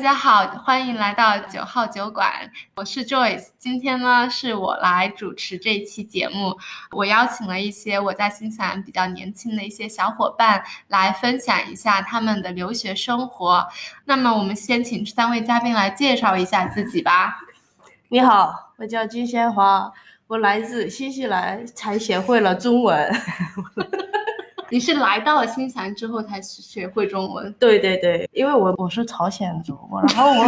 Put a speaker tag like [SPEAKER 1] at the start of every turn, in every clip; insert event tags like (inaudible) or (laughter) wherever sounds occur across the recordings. [SPEAKER 1] 家好，欢迎来到九号酒馆，我是 Joyce。今天呢，是我来主持这一期节目。我邀请了一些我在新西兰比较年轻的一些小伙伴来分享一下他们的留学生活。那么，我们先请三位嘉宾来介绍一下自己吧。
[SPEAKER 2] 你好，我叫金鲜华，我来自新西兰，才学会了中文。 (laughs)
[SPEAKER 1] 你是来到了新西兰之后才学会中
[SPEAKER 2] (laughs)
[SPEAKER 1] 文？
[SPEAKER 2] 对对对，因为我我是朝鲜族，我然后我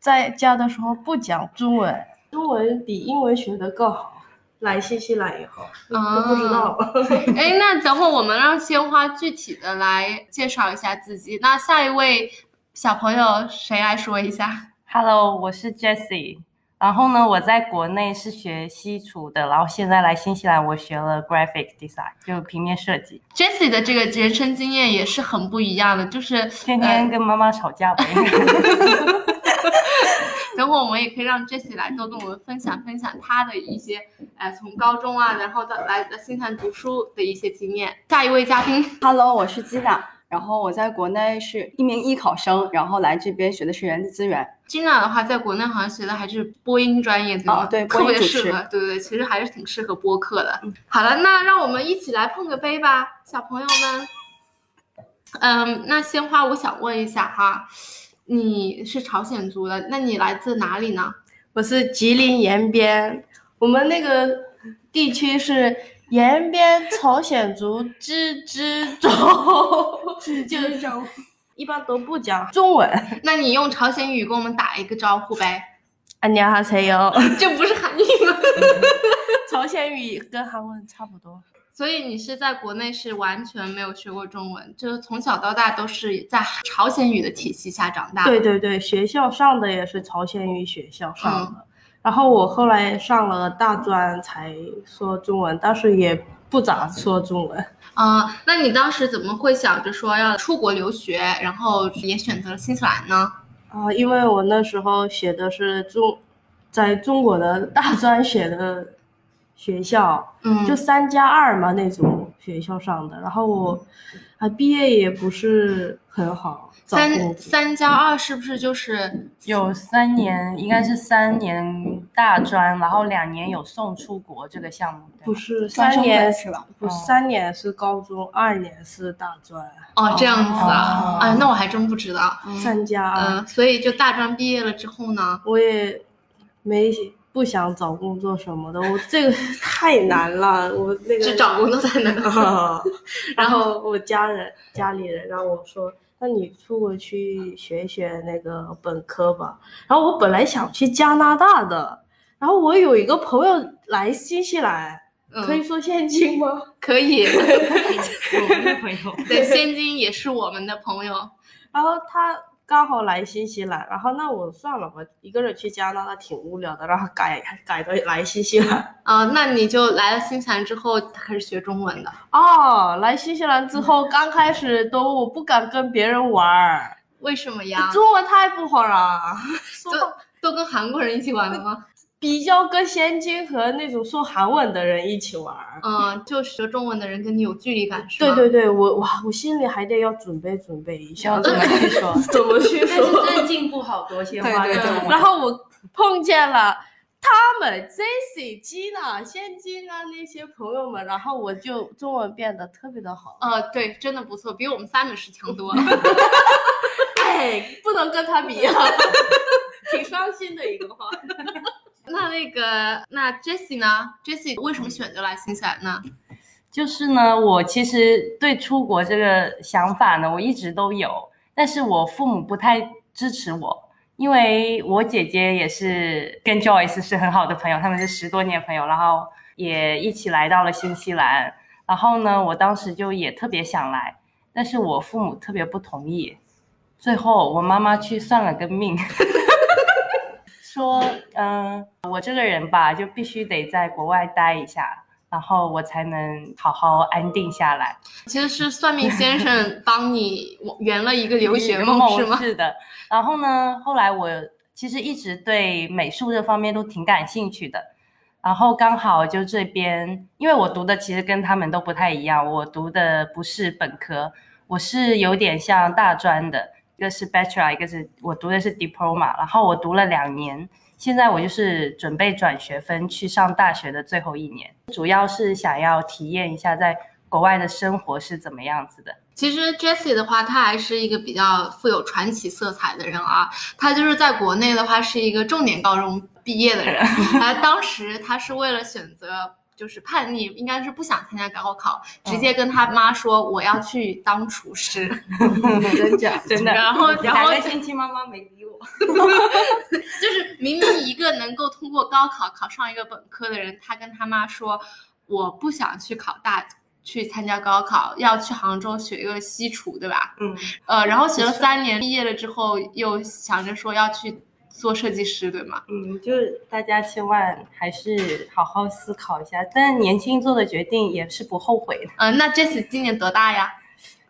[SPEAKER 2] 在家的时候不讲中文， (laughs) 中文比英文学得更好。来新西兰以后
[SPEAKER 1] 啊
[SPEAKER 2] 都不知道，
[SPEAKER 1] 哎，那等会儿我们让鲜花具体的来介绍一下自己。那下一位小朋友谁来说一下？
[SPEAKER 3] Hello，我是 Jessie。然后呢，我在国内是学西厨的，然后现在来新西兰，我学了 graphic design，就平面设计。
[SPEAKER 1] Jessie 的这个人生经验也是很不一样的，就是呃
[SPEAKER 3] 天天跟妈妈吵架吧，应该
[SPEAKER 1] 等会儿我们也可以让 Jessie 来多跟我们分享分享她的一些，呃，从高中啊，然后到来到新西兰读书的一些经验。下一位嘉宾，
[SPEAKER 4] Hello，我是吉娜，然后我在国内是一名艺考生，然后来这边学的是人力资源。
[SPEAKER 1] Gina 的话，在国内好像学的还是播音专业，对吗？
[SPEAKER 4] 哦对
[SPEAKER 1] 特
[SPEAKER 4] 播
[SPEAKER 1] 别
[SPEAKER 4] 音主持嗯
[SPEAKER 1] 适合，对对对，其实还是挺适合播客的。好了，那让我们一起来碰个杯吧，小朋友们。嗯，那鲜花，我想问一下哈，你是朝鲜族的，那你来自哪里呢？
[SPEAKER 2] (laughs) 我是吉林延边，我们那个地区是延边朝鲜族自治 (laughs) 州，自治州一般都不讲中文。
[SPEAKER 1] 那你用朝鲜语跟我们打一个招呼呗，
[SPEAKER 2] 안녕하세요。
[SPEAKER 1] 这不是韩语吗？ (laughs)
[SPEAKER 2] 朝鲜语跟韩文差不多。
[SPEAKER 1] 所以你是在国内是完全没有学过中文，就是从小到大都是在朝鲜语的体系下长大。
[SPEAKER 2] 对，对对，学校上的也是朝鲜语学校上的，然后我后来上了大专才说中文，但是也不咋说中文。
[SPEAKER 1] 啊、那你当时怎么会想着说要出国留学，然后也选择了新西兰呢？
[SPEAKER 2] 啊，因为我那时候写的是中，在中国的大专写的学校，
[SPEAKER 1] 嗯，
[SPEAKER 2] 就三加二嘛那种学校上的。然后我啊毕业也不是很好找工
[SPEAKER 1] 三
[SPEAKER 2] 作，
[SPEAKER 1] 三加二是不是就是
[SPEAKER 3] 有三年，应该是三年大专，然后两年有送出国这个项目。对吗
[SPEAKER 2] 不是
[SPEAKER 4] 专
[SPEAKER 2] 三
[SPEAKER 4] 升
[SPEAKER 2] 年
[SPEAKER 4] 本是吧？
[SPEAKER 2] 不是
[SPEAKER 3] 哦
[SPEAKER 2] 三年是高中，二年是大专，
[SPEAKER 1] 哦这样子啊？
[SPEAKER 3] 哦
[SPEAKER 1] 啊，那我还真不知道。
[SPEAKER 2] 三加
[SPEAKER 1] 嗯、
[SPEAKER 2] 二。
[SPEAKER 1] 所以就大专毕业了之后呢，
[SPEAKER 2] 我也没不想找工作什么的，我这个 (laughs) 太难了，我那个
[SPEAKER 1] 就找
[SPEAKER 2] (laughs)
[SPEAKER 1] 工作在哪？
[SPEAKER 2] 啊，然后我家人家里人让我说，那你出国去学一学那个本科吧。然后我本来想去加拿大的，然后我有一个朋友来新西兰，
[SPEAKER 1] 嗯，
[SPEAKER 2] 可以说现金吗？
[SPEAKER 1] 可以，
[SPEAKER 3] 我没有朋友。
[SPEAKER 1] (laughs) 对，现金也是我们的朋友。
[SPEAKER 2] 然后他刚好来新西兰，然后那我算了吧，一个人去加拿大挺无聊的，然后改改到来新西兰。
[SPEAKER 1] 啊，那你就来了新西兰之后开始学中文的。
[SPEAKER 2] 哦，来新西兰之后，刚开始都我不敢跟别人玩儿，
[SPEAKER 1] 为什么呀？
[SPEAKER 2] 中文太不好了，说话
[SPEAKER 1] 都跟韩国人一起玩了吗？
[SPEAKER 2] 比较跟现金和那种说韩文的人一起玩儿。
[SPEAKER 1] 嗯，就学中文的人跟你有距离感是
[SPEAKER 2] 对
[SPEAKER 1] 吗？
[SPEAKER 2] 对对，我哇，我心里还得要准备准备一下，
[SPEAKER 3] 要怎么去说？
[SPEAKER 2] (laughs) 怎么去
[SPEAKER 3] 但是
[SPEAKER 2] 说？
[SPEAKER 3] 真的进步好多，鲜花。
[SPEAKER 4] 对对对
[SPEAKER 2] 然后我碰见了他们 Jessie、Gina、现金啊那些朋友们，然后我就中文变得特别的好。
[SPEAKER 1] 呃，对，真的不错，比我们三本是强
[SPEAKER 2] (laughs)
[SPEAKER 1] 多了。
[SPEAKER 2] 哎，不能跟他比啊， (laughs) 挺伤心的一个话。
[SPEAKER 1] 那那个，那 Jessie 呢？Jessie 为什么选择来新西兰呢？
[SPEAKER 3] 就是呢，我其实对出国这个想法呢，我一直都有，但是我父母不太支持我，因为我姐姐也是跟 Joyce 是很好的朋友，他们是十多年朋友，然后也一起来到了新西兰。然后呢，我当时就也特别想来，但是我父母特别不同意。最后我妈妈去算了个命， (laughs) 说，嗯、我这个人吧，就必须得在国外待一下，然后我才能好好安定下来。
[SPEAKER 1] 其实是算命先生帮你圆了一个留学
[SPEAKER 3] 嗯
[SPEAKER 1] 梦，是吗？
[SPEAKER 3] 是的。然后呢，后来我其实一直对美术这方面都挺感兴趣的。然后刚好就这边，因为我读的其实跟他们都不太一样，我读的不是本科，我是有点像大专的，一个是 bachelor，一个是我读的是 diploma，然后我读了两年，现在我就是准备转学分去上大学的最后一年，主要是想要体验一下在国外的生活是怎么样子的。 (laughs)
[SPEAKER 1] 其实 Jessie 的话，她还是一个比较富有传奇色彩的人啊。她就是在国内的话，是一个重点高中毕业的人。啊，当时她是为了选择。就是叛逆，应该是不想参加高考，直接跟他妈说我要去当厨师，
[SPEAKER 4] 真假？
[SPEAKER 3] 真的，
[SPEAKER 1] 然后
[SPEAKER 3] (laughs)
[SPEAKER 1] 然后
[SPEAKER 3] 两个星期妈妈没理我。
[SPEAKER 1] 就是明明一个能够通过高考考上一个本科的人，他跟他妈说我不想去考大，去参加高考，要去杭州学一个西厨，对吧？
[SPEAKER 3] 嗯，
[SPEAKER 1] 呃，然后学了三年，毕业了之后又想着说要去做设计师，对吗？
[SPEAKER 3] 嗯，就是大家千万还是好好思考一下，但是年轻做的决定也是不后悔的。
[SPEAKER 1] 嗯、那 Jessie 今年多大呀？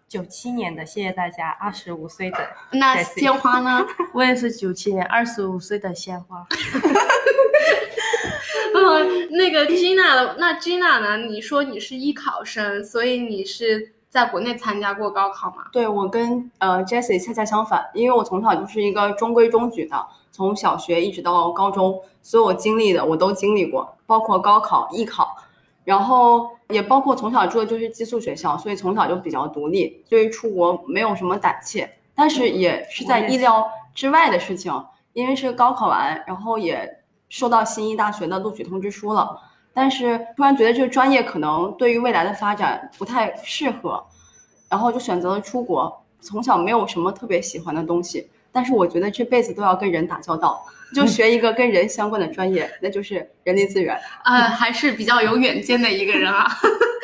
[SPEAKER 3] 九七年的，谢谢大家，二十五岁的，
[SPEAKER 1] 那
[SPEAKER 3] Jessie
[SPEAKER 1] 鲜花呢？
[SPEAKER 5] 我也是九七年，二十五岁的鲜花。
[SPEAKER 1] (laughs) 呃，那个 Gina 的，那 Gina 呢？你说你是艺考生，所以你是在国内参加过高考吗？
[SPEAKER 4] 对我跟呃 Jessie 恰恰相反，因为我从小就是一个中规中矩的，从小学一直到高中，所有我经历的我都经历过，包括高考、艺考，然后也包括从小住的就是寄宿学校，所以从小就比较独立，对于出国没有什么胆怯，但是嗯也是在意料之外的事情，因为是高考完，然后也收到新一大学的录取通知书了，但是突然觉得这个专业可能对于未来的发展不太适合，然后就选择了出国。从小没有什么特别喜欢的东西，但是我觉得这辈子都要跟人打交道，就学一个跟人相关的专业，那就是人力资源。
[SPEAKER 1] 呃，还是比较有远见的一个人啊。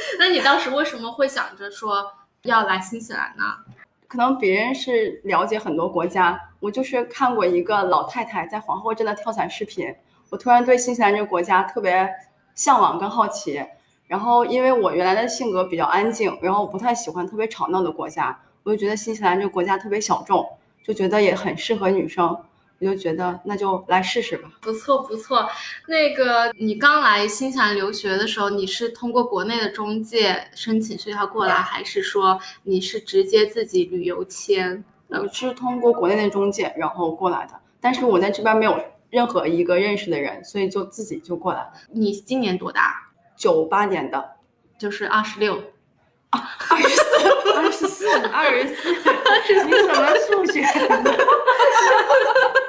[SPEAKER 1] (laughs) 那你当时为什么会想着说要来新西兰呢？
[SPEAKER 4] 可能别人是了解很多国家，我就是看过一个老太太在皇后镇的跳伞视频，我突然对新西兰这个国家特别向往跟好奇。然后因为我原来的性格比较安静，然后我不太喜欢特别吵闹的国家，我就觉得新西兰这个国家特别小众，就觉得也很适合女生，我就觉得那就来试试吧。
[SPEAKER 1] 不错哦不错，那个你刚来新西兰留学的时候，你是通过国内的中介申请学校过来，还是说你是直接自己旅游签？
[SPEAKER 4] 我是通过国内的中介然后过来的，但是我在这边没有任何一个认识的人，所以就自己就过来了。
[SPEAKER 1] 你今年多大？
[SPEAKER 4] 九八年的，
[SPEAKER 1] 就是二十六。
[SPEAKER 4] 二十四，
[SPEAKER 5] 二十四，
[SPEAKER 3] 二十四，你什么数学？
[SPEAKER 1] (laughs)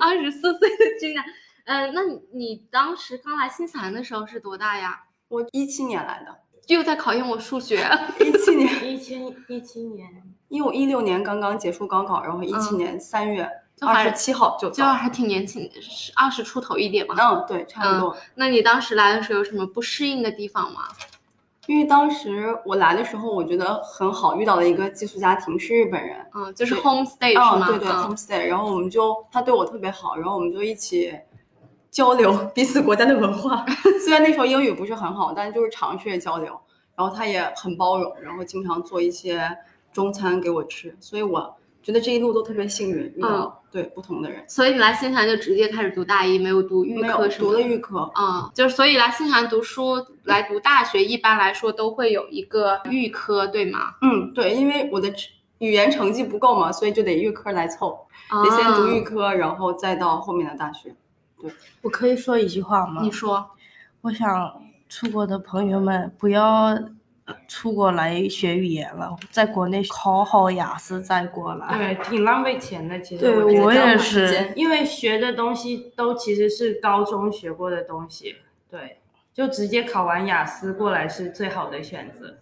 [SPEAKER 1] 二十四岁的君然，嗯、那你你当时刚来新西兰的时候是多大呀？
[SPEAKER 4] 我一七年来的，
[SPEAKER 1] 又在考验我数学。 (laughs)
[SPEAKER 4] 一七年，
[SPEAKER 3] 一千一七年，
[SPEAKER 4] 因为我一六年刚刚结束高考，然后一七
[SPEAKER 1] 嗯
[SPEAKER 4] 年三月
[SPEAKER 1] 就
[SPEAKER 4] 二
[SPEAKER 1] 还
[SPEAKER 4] 十七号就
[SPEAKER 1] 就
[SPEAKER 4] 到。
[SPEAKER 1] 还挺年轻，是二十出头一点嘛。
[SPEAKER 4] 嗯，对，差不多。
[SPEAKER 1] 那你当时来的时候有什么不适应的地方吗？
[SPEAKER 4] 因为当时我来的时候，我觉得很好，遇到了一个寄宿家庭是日本人，
[SPEAKER 1] 嗯，就是
[SPEAKER 4] 对
[SPEAKER 1] home stay
[SPEAKER 4] 啊，
[SPEAKER 1] 是吗？
[SPEAKER 4] 对对
[SPEAKER 1] 嗯
[SPEAKER 4] ，homestay，然后我们就他对我特别好，然后我们就一起交流彼此国家的文
[SPEAKER 1] (laughs)
[SPEAKER 4] 化。虽然那时候英语不是很好，但就是尝试着交流。然后他也很包容，然后经常做一些中餐给我吃，所以我觉得这一路都特别幸运，遇
[SPEAKER 1] 嗯
[SPEAKER 4] 到、对不同的人。
[SPEAKER 1] 所以你来新西兰就直接开始读大一，没有读预
[SPEAKER 4] 没有
[SPEAKER 1] 科什么
[SPEAKER 4] 读了
[SPEAKER 1] 的。
[SPEAKER 4] 预科，
[SPEAKER 1] 嗯，就是所以来新西兰读书，来读大学，一般来说都会有一个预科，对吗？
[SPEAKER 4] 嗯，对，因为我的语言成绩不够嘛，所以就得预科来凑，
[SPEAKER 1] 啊
[SPEAKER 4] 得先读预科，然后再到后面的大学。
[SPEAKER 5] 我可以说一句话吗
[SPEAKER 1] 你？说，
[SPEAKER 5] 我想出国的朋友们不要呃出国来学语言了，在国内考好雅思再过来。
[SPEAKER 2] 哎
[SPEAKER 3] 对，挺浪费钱的。其实
[SPEAKER 5] 对
[SPEAKER 3] 觉得
[SPEAKER 5] 我
[SPEAKER 3] 这样
[SPEAKER 5] 也
[SPEAKER 3] 吧
[SPEAKER 5] 是
[SPEAKER 4] 间
[SPEAKER 3] 因为学的东西都其实是高中学过的东西，对，就直接考完雅思过来是最好的选择。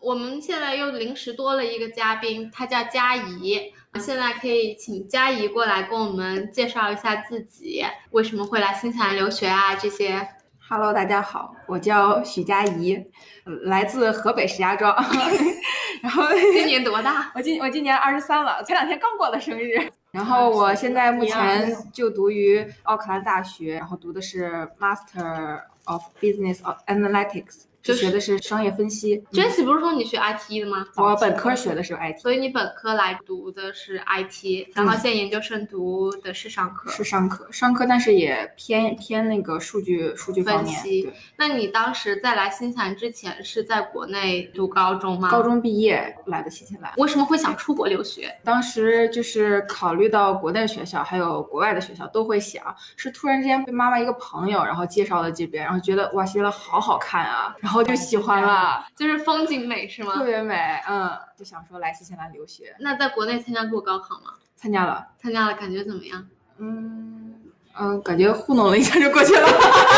[SPEAKER 1] 我们现在又临时多了一个嘉宾，他叫佳怡。现在可以请佳怡过来跟我们介绍一下自己，为什么会来新西兰留学啊？这些
[SPEAKER 6] Hello，大家好，我叫许佳怡，呃来自河北石家庄。 (laughs) 然后
[SPEAKER 1] 今年多大？
[SPEAKER 6] 我今我今年二十三了，前两天刚过了生日。然后我现在目前就读于奥克兰大学，然后读的是 Master of Business Analytics，就学的是商业分析。嗯
[SPEAKER 1] Jesse 不是说你学 IT 的吗？
[SPEAKER 6] 我本科学的是 IT，
[SPEAKER 1] 所以你本科来读的是 IT，然后现在研究生读的是商科。
[SPEAKER 6] 嗯是商科，商科，但是也偏偏那个数据数据方
[SPEAKER 1] 分
[SPEAKER 6] 面。
[SPEAKER 1] 析
[SPEAKER 6] 对
[SPEAKER 1] 那你当时在来新西兰之前是在国内读高中吗？
[SPEAKER 6] 高中毕业来的新西兰，
[SPEAKER 1] 为什么会想出国留学？
[SPEAKER 6] 当时就是考虑到国内学校还有国外的学校都会想，是突然之间被妈妈一个朋友然后介绍到这边，然后觉得哇新西兰好好看啊，然后就喜欢了，
[SPEAKER 1] 啊就是风景美是吗
[SPEAKER 6] 特？别美，嗯，就想说来新西兰留学，
[SPEAKER 1] 那在国内参加过高考吗？
[SPEAKER 6] 参加了，
[SPEAKER 1] 参加了，感觉怎么样？
[SPEAKER 6] 嗯嗯，感觉糊弄了一下就过去了。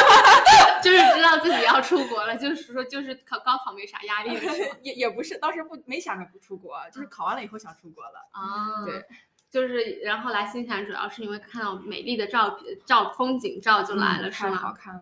[SPEAKER 4] (laughs)
[SPEAKER 1] 就是知道自己要出国了，就是说就是考高考没啥压力了
[SPEAKER 6] (laughs)
[SPEAKER 1] 是吗？
[SPEAKER 6] 也也不是，当时不没想着不出国，就是考完了以后想出国了。
[SPEAKER 1] 啊，
[SPEAKER 6] 对。
[SPEAKER 1] 就是，然后来新西兰主要是因为看到美丽的照照风景照就来了，是
[SPEAKER 6] 嗯太
[SPEAKER 1] 吗？
[SPEAKER 6] 好看了。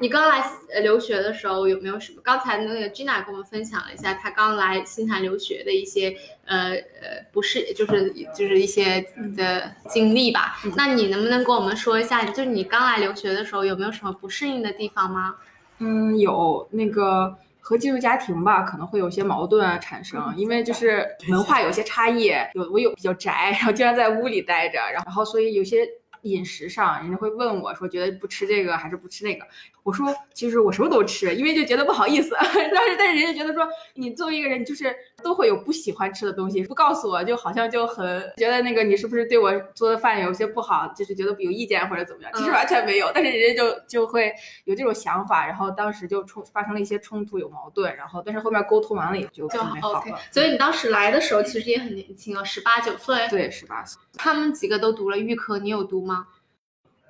[SPEAKER 1] 你刚来呃留学的时候有没有什么？刚才那个 Gina 跟我们分享了一下她刚来新西兰留学的一些呃呃不是就是就是一些的经历吧。
[SPEAKER 6] 嗯
[SPEAKER 1] 那你能不能跟我们说一下，就是你刚来留学的时候有没有什么不适应的地方吗？
[SPEAKER 6] 嗯，有那个和寄宿家庭吧，可能会有些矛盾啊产生，因为就是文化有些差异。有我有比较宅，然后经常在屋里待着，然后然后所以有些饮食上，人家会问我说，觉得不吃这个还是不吃那个。我说其实我什么都吃，因为就觉得不好意思。 (laughs) 但是但是人家觉得说，你作为一个人，就是都会有不喜欢吃的东西，不告诉我就好像就很觉得那个你是不是对我做的饭有些不好，就是觉得有意见或者怎么样。其实
[SPEAKER 1] 嗯
[SPEAKER 6] 完全没有，但是人家就就会有这种想法，然后当时就冲发生了一些冲突，有矛盾，然后但是后面沟通完了也就
[SPEAKER 1] 就
[SPEAKER 6] 准嗯备好了。
[SPEAKER 1] OK。所以你当时来的时候其实也很年轻哦，十八九岁。
[SPEAKER 6] 对，十八岁，
[SPEAKER 1] 他们几个都读了预科，你有读吗？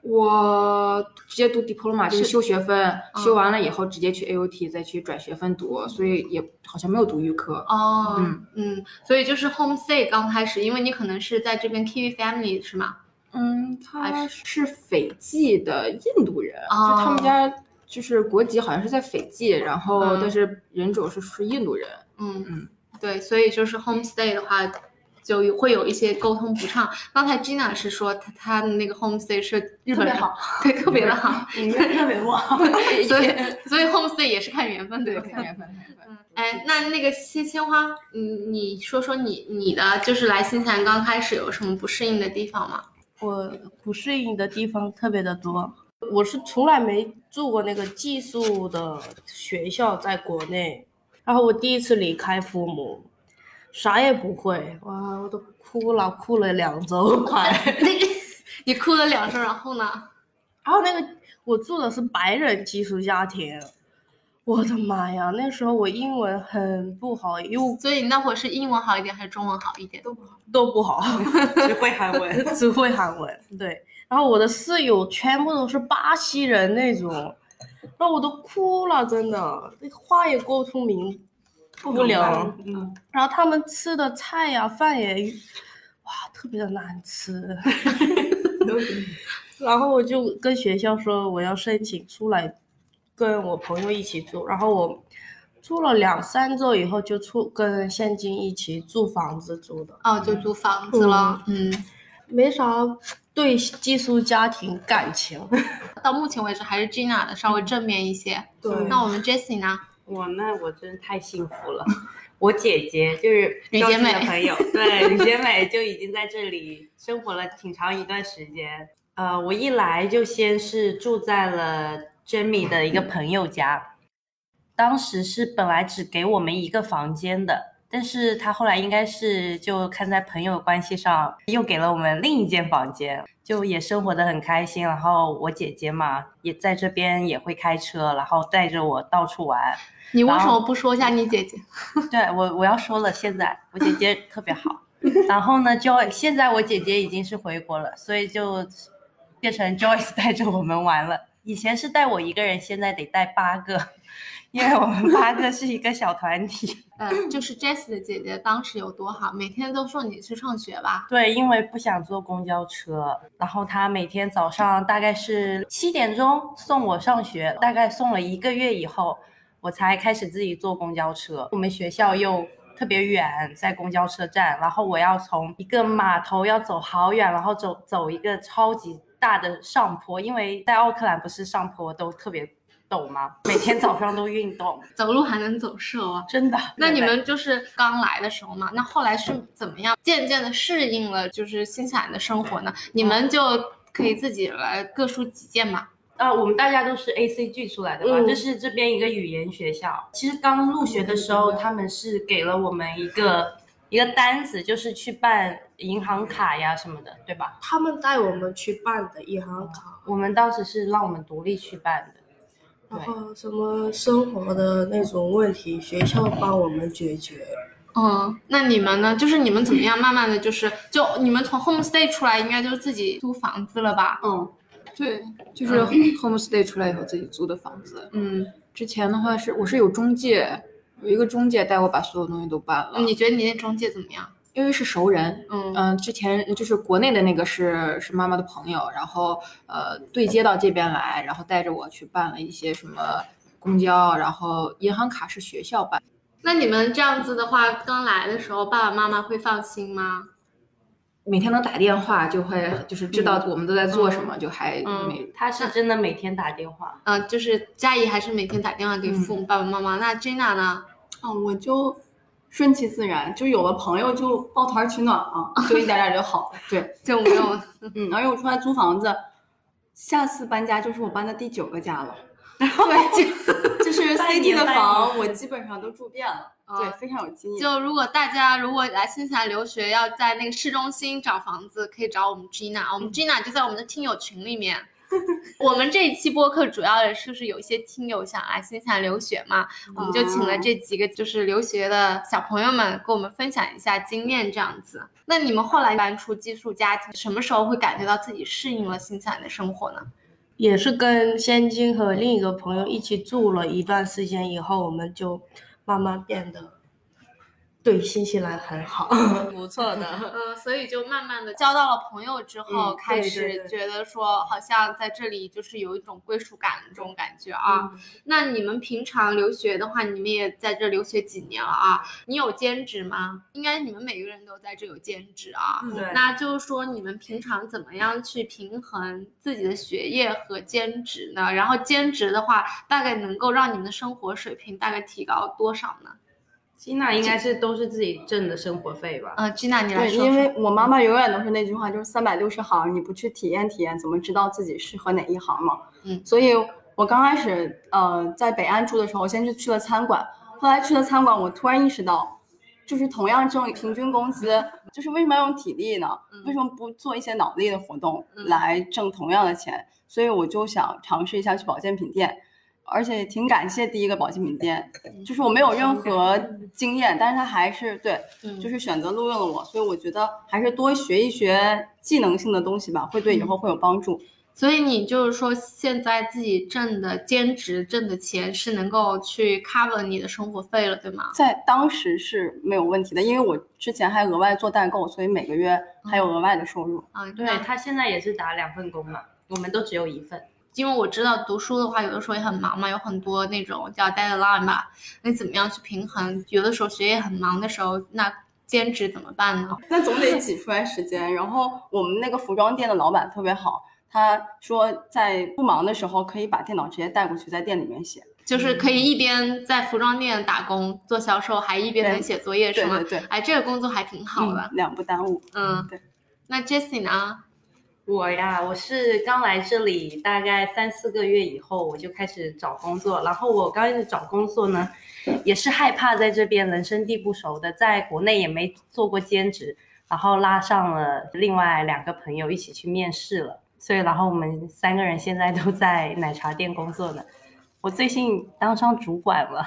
[SPEAKER 6] 我直接读 diploma 就是是修学分，修完了以后直接去 AUT 再去转学分读，所以也好像没有读预科。
[SPEAKER 1] 哦，
[SPEAKER 6] 嗯
[SPEAKER 1] 所以就是 homestay 刚开始，因为你可能是在这边 Kiwi family 是吗？
[SPEAKER 6] 嗯，
[SPEAKER 1] 还
[SPEAKER 6] 他是斐济的印度人，
[SPEAKER 1] 哦
[SPEAKER 6] 就他们家就是国籍好像是在斐济，然后
[SPEAKER 1] 嗯
[SPEAKER 6] 但是人种是是印度人。
[SPEAKER 1] 嗯
[SPEAKER 6] 嗯，
[SPEAKER 1] 对，所以就是 homestay 的话，就有会有一些沟通不畅。刚才 Gina 是说她她的那个 homestay 是日
[SPEAKER 4] 特
[SPEAKER 1] 本
[SPEAKER 4] 别
[SPEAKER 1] 人，
[SPEAKER 4] 好，
[SPEAKER 1] 对，特别的
[SPEAKER 4] (laughs)
[SPEAKER 1] 好，
[SPEAKER 4] 嗯，特别不好。
[SPEAKER 1] 所以所以 homestay 也是看缘分，对
[SPEAKER 6] 对，
[SPEAKER 1] 不对？
[SPEAKER 6] 看缘分，看缘分。
[SPEAKER 1] 哎，那那个鲜鲜花，你你说说你你的就是来新西兰刚开始有什么不适应的地方吗？
[SPEAKER 2] 我不适应的地方特别的多。我是从来没住过那个寄宿的学校，在国内，然后我第一次离开父母，啥也不会，哇，我都哭了，哭了两周快。
[SPEAKER 1] (laughs) 你哭了两声，然后呢？
[SPEAKER 2] 然后那个我住的是白人寄宿家庭，我的妈呀，那时候我英文很不好，又
[SPEAKER 1] 所以你那会儿是英文好一点还是中文好一点？
[SPEAKER 2] 都不好。
[SPEAKER 3] 只会韩
[SPEAKER 2] (laughs)
[SPEAKER 3] 文。
[SPEAKER 2] 只会韩文，对。然后我的室友全部都是巴西人那种，然后我都哭了，真的，那话也沟通明不了。
[SPEAKER 3] 嗯，
[SPEAKER 2] 然后他们吃的菜呀、饭也，哇，特别的难吃。然后我就跟学校说我要申请出来，跟我朋友一起住。然后我住了两三周以后就出跟现金一起住房子住的。
[SPEAKER 1] 哦，就租房子了。嗯，
[SPEAKER 2] 没啥对寄宿家庭感情。
[SPEAKER 1] 到目前为止还是 Gina 的稍微正面一些。
[SPEAKER 2] 对
[SPEAKER 1] 那我们 Jessie 呢？
[SPEAKER 3] 我那我真是太幸福了。我姐姐就是
[SPEAKER 1] 吕
[SPEAKER 3] 周
[SPEAKER 1] 洁
[SPEAKER 3] 四的
[SPEAKER 1] 美
[SPEAKER 3] 朋友，对，吕洁美就已经在这里生活了挺长一段时间。呃，我一来就先是住在了 Jamie 的一个朋友家，当时是本来只给我们一个房间的。但是他后来应该是就看在朋友的关系上，又给了我们另一间房间，就也生活的很开心。然后我姐姐嘛，也在这边也会开车，然后带着我到处玩。
[SPEAKER 1] 你为什么不说一下你姐姐？
[SPEAKER 3] 对我我要说了，现在我姐姐特别好，然后呢，Joy 现在我姐姐已经是回国了，所以就变成 Joyce (laughs) 带着我们玩了。以前是带我一个人，现在得带八个，因为我们八个是一个小团体。
[SPEAKER 1] 呃，就是 Jessie 的姐姐当时有多好，每天都送你去上学吧。
[SPEAKER 3] 对，因为不想坐公交车，然后她每天早上大概是七点钟送我上学，大概送了一个月以后，我才开始自己坐公交车。我们学校又特别远，在公交车站，然后我要从一个码头要走好远，然后走走一个超级大的上坡，因为在奥克兰不是上坡都特别抖吗？每天早上都运动，
[SPEAKER 1] 走路还能走瘦啊？
[SPEAKER 3] 真的。
[SPEAKER 1] 那你们就是刚来的时候嘛，那后来是怎么样渐渐的适应了就是新西兰的生活呢？你们就可以自己来各抒己见嘛。
[SPEAKER 3] 呃，我们大家都是 A C G 出来的嘛，
[SPEAKER 5] 嗯
[SPEAKER 3] 就是这边一个语言学校。其实刚入学的时候，他们是给了我们一个一个单子，就是去办银行卡呀什么的，对吧？
[SPEAKER 5] 他们带我们去办的银行卡，
[SPEAKER 3] 我们当时是让我们独立去办的。
[SPEAKER 5] 然
[SPEAKER 3] 对，
[SPEAKER 2] 啊
[SPEAKER 5] 后什么生活的那种问题，学校帮我们解决。
[SPEAKER 1] 嗯，那你们呢？就是你们怎么样，慢慢的就是就你们从 homestay 出来，应该就是自己租房子了吧？
[SPEAKER 6] 嗯，对，嗯就是 homestay 出来以后自己租的房子。
[SPEAKER 1] 嗯，
[SPEAKER 6] 之前的话是我是有中介，有一个中介带我把所有东西都办了，
[SPEAKER 1] 你觉得你那中介怎么样？
[SPEAKER 6] 因为是熟人。
[SPEAKER 1] 嗯
[SPEAKER 6] 嗯、之前就是国内的那个是是妈妈的朋友，然后呃对接到这边来，然后带着我去办了一些什么公交，然后银行卡是学校办。
[SPEAKER 1] 那你们这样子的话，刚来的时候，爸爸妈妈会放心吗？
[SPEAKER 6] 每天能打电话，就会就是知道我们都在做什么，就还
[SPEAKER 1] 嗯
[SPEAKER 6] 没
[SPEAKER 3] 他是真的每天打电话，
[SPEAKER 1] 嗯、就是佳怡还是每天打电话给父母、爸爸妈妈。那 Jenna 呢？
[SPEAKER 4] 啊，我就顺其自然，就有了朋友就抱团取暖啊，就一点点就好。对，
[SPEAKER 1] 就没有，
[SPEAKER 4] 嗯，而且我出来租房子，下次搬家就是我搬的第九个家
[SPEAKER 3] (laughs)
[SPEAKER 4] 了，
[SPEAKER 1] 对，
[SPEAKER 4] 就是
[SPEAKER 3] 半
[SPEAKER 4] CD
[SPEAKER 3] 年
[SPEAKER 4] 的
[SPEAKER 3] 半
[SPEAKER 4] 房
[SPEAKER 3] 年
[SPEAKER 4] 我基本上都住遍了，
[SPEAKER 1] 啊
[SPEAKER 4] 对，非常有经
[SPEAKER 1] 就
[SPEAKER 4] 验。
[SPEAKER 1] 就如果大家如果来新西兰留学，要在那个市中心找房子，可以找我们 Gina，我们 Gina 就在我们的听友群里面。我们这一期播客主要也是就是有一些听友想来新西兰留学嘛，我们就请了这几个就是留学的小朋友们跟我们分享一下经验这样子。那你们后来搬出寄宿家庭，什么时候会感觉到自己适应了新西兰的生活呢？
[SPEAKER 2] 也是跟仙金和另一个朋友一起住了一段时间以后，我们就慢慢变得对新西兰很好。 (laughs)
[SPEAKER 4] 不错的，
[SPEAKER 1] 呃，所以就慢慢的交到了朋友之后，
[SPEAKER 4] 嗯
[SPEAKER 1] 开
[SPEAKER 4] 对对
[SPEAKER 1] 始
[SPEAKER 4] 对
[SPEAKER 1] 觉得说好像在这里就是有一种归属感这种感觉啊。
[SPEAKER 4] 嗯
[SPEAKER 1] 那你们平常留学的话，你们也在这留学几年了啊？你有兼职吗？应该你们每个人都在这有兼职啊。
[SPEAKER 4] 嗯
[SPEAKER 3] 嗯对
[SPEAKER 1] 那就是说你们平常怎么样去平衡自己的学业和兼职呢？然后兼职的话，大概能够让你们的生活水平大概提高多少呢？
[SPEAKER 3] 吉娜应该是都是自己挣的生活费吧？
[SPEAKER 1] 呃，Gina，你来
[SPEAKER 4] 对，
[SPEAKER 1] 说说。嗯
[SPEAKER 4] 因为我妈妈永远都是那句话，就是三百六十行，你不去体验体验，怎么知道自己适合哪一行嘛？
[SPEAKER 1] 嗯
[SPEAKER 4] 所以我刚开始呃在北安住的时候，先是去了餐馆，后来去了餐馆，我突然意识到，就是同样挣平均工资，就是为什么要用体力呢？
[SPEAKER 1] 嗯
[SPEAKER 4] 为什么不做一些脑力的活动
[SPEAKER 1] 嗯
[SPEAKER 4] 来挣同样的钱？所以我就想尝试一下去保健品店。而且挺感谢第一个保健品店，
[SPEAKER 1] 嗯
[SPEAKER 4] 就是我没有任何经验，但是他还是对
[SPEAKER 1] 嗯
[SPEAKER 4] 就是选择录用了我，所以我觉得还是多学一学技能性的东西吧，会对以
[SPEAKER 1] 嗯
[SPEAKER 4] 后会有帮助。
[SPEAKER 1] 所以你就是说，现在自己挣的兼职挣的钱是能够去 cover 你的生活费了，对吗？
[SPEAKER 4] 在当时是没有问题的，因为我之前还额外做代购，所以每个月还有额外的收入。
[SPEAKER 1] 啊，
[SPEAKER 3] 对
[SPEAKER 1] 那
[SPEAKER 3] 他现在也是打两份工嘛，我们都只有一份。
[SPEAKER 1] 因为我知道读书的话，有的时候也很忙嘛，有很多那种叫 deadline 吧，那怎么样去平衡？有的时候学业很忙的时候，那兼职怎么办呢？
[SPEAKER 4] 那总得挤出来时间。然后我们那个服装店的老板特别好，他说在不忙的时候可以把电脑直接带过去，在店里面写。
[SPEAKER 1] 就是可
[SPEAKER 4] 嗯
[SPEAKER 1] 以一边在服装店打工做销售，还一边能写作业，
[SPEAKER 4] 对
[SPEAKER 1] 是吗
[SPEAKER 4] 对？对，
[SPEAKER 1] 哎，这个工作还挺好
[SPEAKER 4] 嗯
[SPEAKER 1] 的，，
[SPEAKER 4] 两不耽误。
[SPEAKER 1] 嗯。
[SPEAKER 4] 对
[SPEAKER 1] 那 Jessie 呢？
[SPEAKER 3] 我呀，我是刚来这里大概三四个月以后，我就开始找工作。然后我刚开始找工作呢，也是害怕在这边人生地不熟的，在国内也没做过兼职，然后拉上了另外两个朋友一起去面试了。所以，然后我们三个人现在都在奶茶店工作呢。我最近当上主管了，
[SPEAKER 1] (laughs)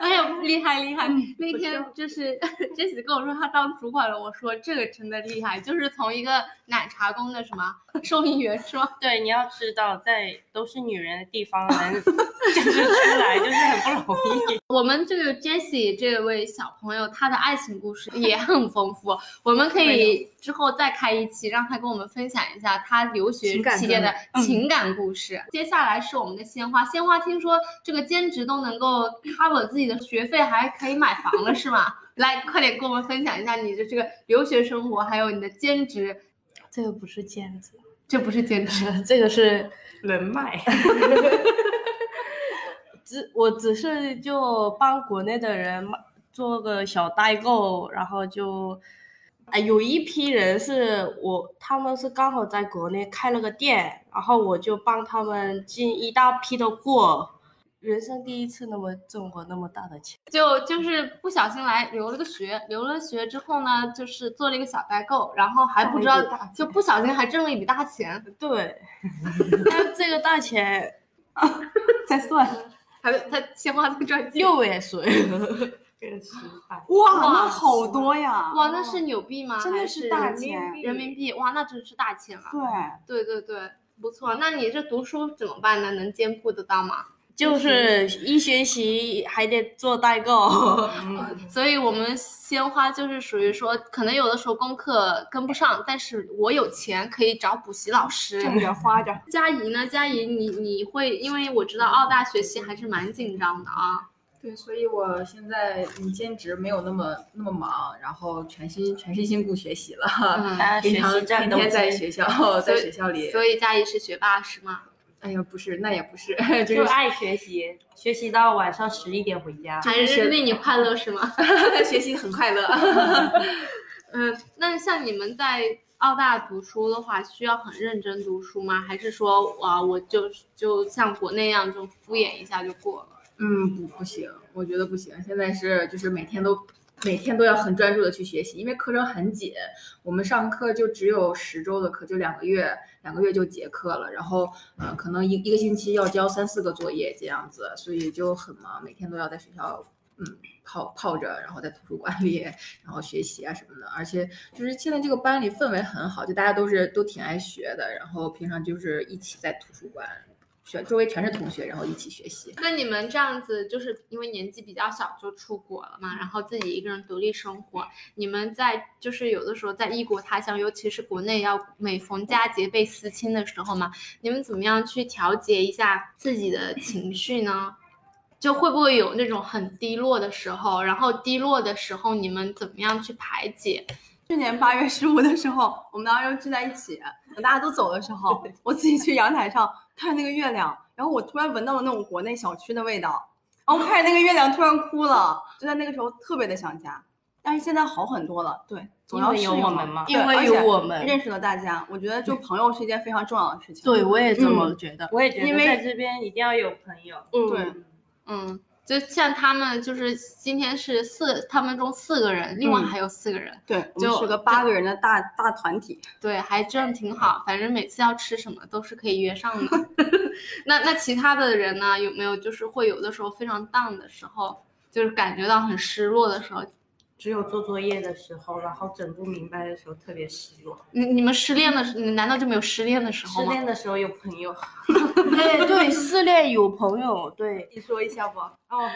[SPEAKER 1] 哎呀，厉害厉害！那天就是 (laughs) Jessie 跟我说她当主管了，我说这个真的厉害，就是从一个奶茶工的什么收银员说，
[SPEAKER 3] 对，你要知道，在都是女人的地方，能就是出来就是很不 (laughs) 容易。
[SPEAKER 1] 我们这个 Jessie 这位小朋友，她的爱情故事也很丰富，我们可以之后再开一期，让她跟我们分享一下她留学
[SPEAKER 6] 情感嗯
[SPEAKER 1] 期间的情感故事。接下来是我们的鲜花，鲜花听说这个兼职都能够 cover 自己的学费，还可以买房了，是吗？来，快点跟我们分享一下你的这个留学生活，还有你的兼职。
[SPEAKER 2] 这个不是尖子，
[SPEAKER 1] 这不是兼职，
[SPEAKER 2] (laughs) 这个是
[SPEAKER 6] 人脉，
[SPEAKER 2] (laughs) 只我只是就帮国内的人嘛做个小代购，然后就，哎，有一批人是我，他们是刚好在国内开了个店，然后我就帮他们进一大批的货。人生第一次那么挣过那么大的钱，
[SPEAKER 1] 就就是不小心来留了个学，留了学之后呢，就是做了一个小代购，然后还不知道
[SPEAKER 4] 挣了一笔大，钱
[SPEAKER 1] 就不小心还挣了一笔大钱。
[SPEAKER 2] 对， (laughs) 但这个大钱
[SPEAKER 4] 再算。
[SPEAKER 1] 他他鲜花在赚钱，
[SPEAKER 2] 六位数，
[SPEAKER 4] 哇，
[SPEAKER 1] 哇
[SPEAKER 4] 那好多呀！
[SPEAKER 1] 哇，那是纽币吗？
[SPEAKER 4] 真的
[SPEAKER 1] 还
[SPEAKER 4] 是
[SPEAKER 1] 是
[SPEAKER 4] 大
[SPEAKER 1] 人民
[SPEAKER 4] 钱
[SPEAKER 1] 币人民币，哇，那真是大钱了。
[SPEAKER 4] 对，
[SPEAKER 1] 对对对，不错。那你这读书怎么办呢？能兼顾得到吗？
[SPEAKER 2] 就是一学习还得做代购，
[SPEAKER 1] 所以我们鲜花就是属于说，可能有的时候功课跟不上，但是我有钱可以找补习老师。
[SPEAKER 4] 挣着花着。
[SPEAKER 1] 佳怡呢？佳怡，你你会因为我知道澳大学习还是蛮紧张的啊。
[SPEAKER 7] 对，所以我现在嗯兼职没有那么那么忙，然后全心全身心顾学习了。
[SPEAKER 1] 嗯，
[SPEAKER 3] 大家学
[SPEAKER 7] 平常
[SPEAKER 3] 习战
[SPEAKER 7] 天
[SPEAKER 3] 斗
[SPEAKER 7] 天在
[SPEAKER 3] 机，
[SPEAKER 7] 学校，在
[SPEAKER 1] 所以
[SPEAKER 7] 学校里，
[SPEAKER 1] 所以佳怡是学霸是吗？
[SPEAKER 7] 哎呀，不是，那也不
[SPEAKER 1] (laughs)
[SPEAKER 7] 是，就
[SPEAKER 3] 就是爱学习，学习到晚上十一点回家。
[SPEAKER 1] 还是令你快乐是吗？ (laughs)
[SPEAKER 7] 学习很快乐。
[SPEAKER 1] 嗯，那像你们在澳大读书的话，需要很认真读书吗？还是说啊，我就就像国内一样，就敷衍一下就过了？
[SPEAKER 7] 嗯，不不行，我觉得不行。现在是就是每天都每天都要很专注的去学习，因为课程很紧，我们上课就只有十周的课，就两个月，两个月就结课了。然后呃，可能一一个星期要交三四个作业这样子，所以就很忙，每天都要在学校。嗯，泡泡着，然后在图书馆里，然后学习啊什么的，而且就是现在这个班里氛围很好，就大家都是都挺爱学的，然后平常就是一起在图书馆，学周围全是同学，然后一起学习。
[SPEAKER 1] 那你们这样子，就是因为年纪比较小就出国了嘛，然后自己一个人独立生活。你们在就是有的时候在异国他乡，尤其是国内要每逢佳节倍思亲的时候嘛，你们怎么样去调节一下自己的情绪呢？就会不会有那种很低落的时候？然后低落的时候，你们怎么样去排解？
[SPEAKER 4] 去年八月十五的时候，我们当时聚在一起，等大家都走的时候，我自己去阳台上看那个月亮，然后我突然闻到了那种国内小区的味道，然后看着那个月亮突然哭了，就在那个时候特别的想家，但是现在好很多了，对，总要
[SPEAKER 3] 因为有
[SPEAKER 4] 适应
[SPEAKER 3] 我
[SPEAKER 4] 嘛
[SPEAKER 3] 们嘛
[SPEAKER 4] 对
[SPEAKER 2] 因为
[SPEAKER 4] 而
[SPEAKER 2] 有
[SPEAKER 4] 且
[SPEAKER 2] 我们
[SPEAKER 4] 认识了大家，我觉得就朋友是一件非常重要的事情。
[SPEAKER 2] 对我也这么觉得。
[SPEAKER 3] 我也觉
[SPEAKER 4] 因
[SPEAKER 3] 得
[SPEAKER 4] 为
[SPEAKER 3] 在这边一定要有朋友。
[SPEAKER 2] 嗯
[SPEAKER 4] 对，
[SPEAKER 1] 嗯，就像他们就是今天是四，他们中四个人，另外还有四个人，
[SPEAKER 4] 对，我
[SPEAKER 1] 就
[SPEAKER 4] 们是个八个人的大大团体，
[SPEAKER 1] 对，还真挺好。反正每次要吃什么都是可以约上的。 (laughs) 那那其他的人呢？有没有就是会有的时候非常 down 的时候，就是感觉到很失落的时候？
[SPEAKER 3] 只有做作业的时候，然后整不明白的时候特别失落。
[SPEAKER 1] 你你们失恋的时，你难道就没有失恋的时
[SPEAKER 3] 失
[SPEAKER 1] 候吗？
[SPEAKER 3] 恋的时候有朋友，
[SPEAKER 2] 对对， (laughs) 失恋有朋友，对，
[SPEAKER 4] 你说一下吧。
[SPEAKER 3] 哦，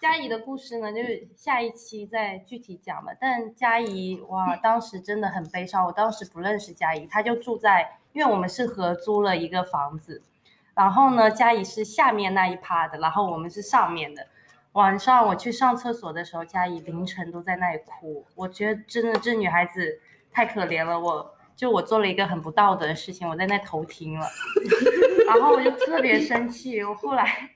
[SPEAKER 3] 佳怡的故事呢，就是下一期再具体讲吧。但佳怡哇，当时真的很悲伤。我当时不认识佳怡，她就住在，因为我们是合租了一个房子，然后呢，佳怡是下面那一趴的，然后我们是上面的。晚上我去上厕所的时候，佳怡凌晨都在那里哭。我觉得真的这女孩子太可怜了，我。就我做了一个很不道德的事情，我在那偷听了， (laughs) 然后我就特别生气。我后来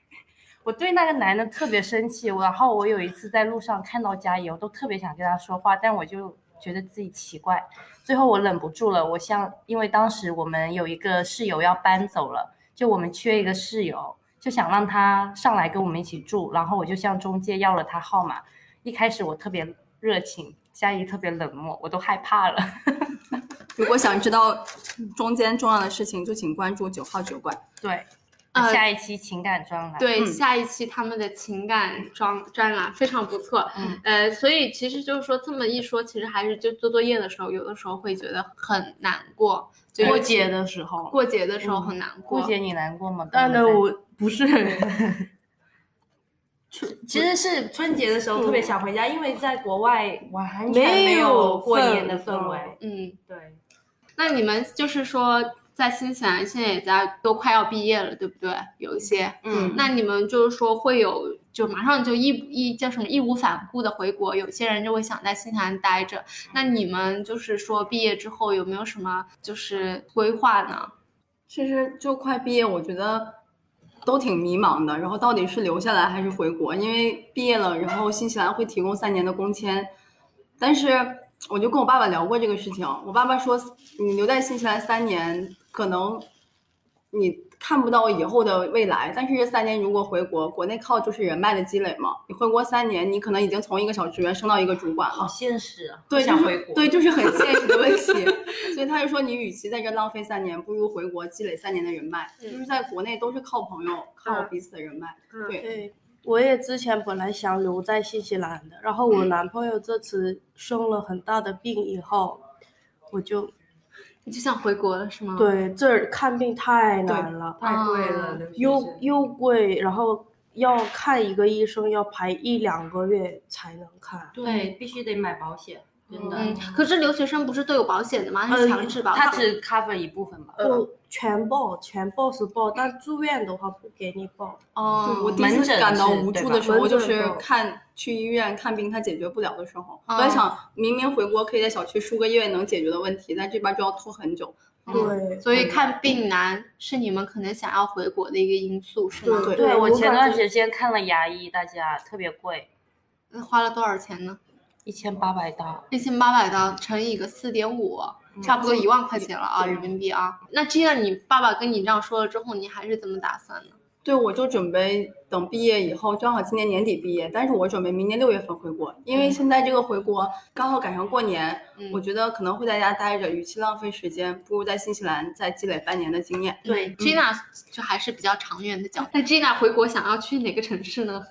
[SPEAKER 3] 我对那个男的特别生气，我然后我有一次在路上看到佳怡，我都特别想跟他说话，但我就觉得自己奇怪，最后我忍不住了，我像因为当时我们有一个室友要搬走了，就我们缺一个室友，就想让他上来跟我们一起住，然后我就向中介要了他号码，一开始我特别热情，佳怡特别冷漠，我都害怕了。
[SPEAKER 4] 如果想知道中间重要的事情，就请关注九号酒馆。
[SPEAKER 3] 对，
[SPEAKER 2] 啊
[SPEAKER 1] 呃
[SPEAKER 3] 下一期情感专栏，
[SPEAKER 1] 对，
[SPEAKER 4] 嗯
[SPEAKER 1] 下一期他们的情感专专栏非常不错。
[SPEAKER 3] 嗯
[SPEAKER 1] 呃，所以其实就是说这么一说，其实还是就做作业的时候，有的时候会觉得很难过，就
[SPEAKER 2] 过
[SPEAKER 1] 尤其
[SPEAKER 2] 节的时候。
[SPEAKER 1] 过节的时候很难过。
[SPEAKER 3] 顾姐你难过吗？
[SPEAKER 2] 但呢，我不是，
[SPEAKER 3] 其实是春节的时候特别想回家，因为在国外完全
[SPEAKER 2] 没
[SPEAKER 3] 没
[SPEAKER 2] 有
[SPEAKER 3] 有过年的
[SPEAKER 2] 氛
[SPEAKER 3] 氛
[SPEAKER 2] 围
[SPEAKER 3] 围。
[SPEAKER 1] 嗯，
[SPEAKER 3] 对，
[SPEAKER 1] 那你们就是说，在新西兰现在也在都快要毕业了，对不对？有一些，
[SPEAKER 4] 嗯
[SPEAKER 1] 那你们就是说会有就马上就义义叫什么义无反顾的回国，有些人就会想在新西兰待着。那你们就是说毕业之后有没有什么就是规划呢？
[SPEAKER 4] 其实就快毕业，我觉得都挺迷茫的。然后到底是留下来还是回国？因为毕业了，然后新西兰会提供三年的工签，但是我就跟我爸爸聊过这个事情。我爸爸说，你留在新西兰三年，可能你看不到以后的未来。但是这三年如果回国，国内靠就是人脉的积累嘛。你回国三年，你可能已经从一个小职员升到一个主管了。
[SPEAKER 3] 好现实啊！
[SPEAKER 4] 对，
[SPEAKER 3] 不
[SPEAKER 4] 就
[SPEAKER 3] 想
[SPEAKER 4] 是
[SPEAKER 3] 回国。
[SPEAKER 4] 对，就是很现实的问题。所以他就说，你与其在这浪费三年，不如回国积累三年的人脉。就是在国内都是靠朋友，靠彼此的人脉。对，
[SPEAKER 2] 对，我也之前本来想留在新西兰的，然后我男朋友这次生了很大的病以后，我就
[SPEAKER 1] 你就想回国了是吗？，嗯
[SPEAKER 2] 对这儿看病太难了，
[SPEAKER 1] 太贵了，
[SPEAKER 2] 又又贵，然后要看一个医生要排一两个月才能看。
[SPEAKER 3] 对，必须得买保险，真的。
[SPEAKER 1] 嗯，可是留学生不是都有保险的吗？那是强制保险。
[SPEAKER 3] 他只 cover 一部分吧。
[SPEAKER 4] 嗯
[SPEAKER 2] 我全报，全报是报，但住院的话不给你报。
[SPEAKER 1] 哦，
[SPEAKER 4] 我第一
[SPEAKER 3] 门
[SPEAKER 4] 次
[SPEAKER 3] 诊
[SPEAKER 4] 感到
[SPEAKER 3] 是
[SPEAKER 4] 无
[SPEAKER 3] 对
[SPEAKER 4] 助
[SPEAKER 3] 吧
[SPEAKER 4] 的时候，
[SPEAKER 2] 门
[SPEAKER 4] 就
[SPEAKER 2] 诊
[SPEAKER 4] 是
[SPEAKER 2] 的
[SPEAKER 4] 看去医院看病，他解决不了的时候，我
[SPEAKER 1] 哦
[SPEAKER 4] 在想，明明回国可以在小区输个液能解决的问题，但这边就要拖很久。
[SPEAKER 2] 对
[SPEAKER 1] 哦所以看病难是你们可能想要回国的一个因素，是吗？
[SPEAKER 4] 对
[SPEAKER 3] 对，我前段
[SPEAKER 2] 时
[SPEAKER 3] 时间看了牙医，大家特别贵，
[SPEAKER 1] 那花了多少钱呢？
[SPEAKER 3] 一千八百刀。
[SPEAKER 1] 一千八百刀乘以个四点五，差不多一万块钱了啊，人民币啊。那既然你爸爸跟你这样说了之后，你还是怎么打算呢？
[SPEAKER 4] 对，我就准备等毕业以后，正好今年年底毕业，但是我准备明年六月份回国，因为现在这个回国刚好赶上过年，
[SPEAKER 1] 嗯
[SPEAKER 4] 我觉得可能会在家待着，与其浪费时间，不如在新西兰再积累半年的经验。
[SPEAKER 1] 对，Gina 就还是比较长远的嗯角。那 Gina 回国想要去哪个城市呢？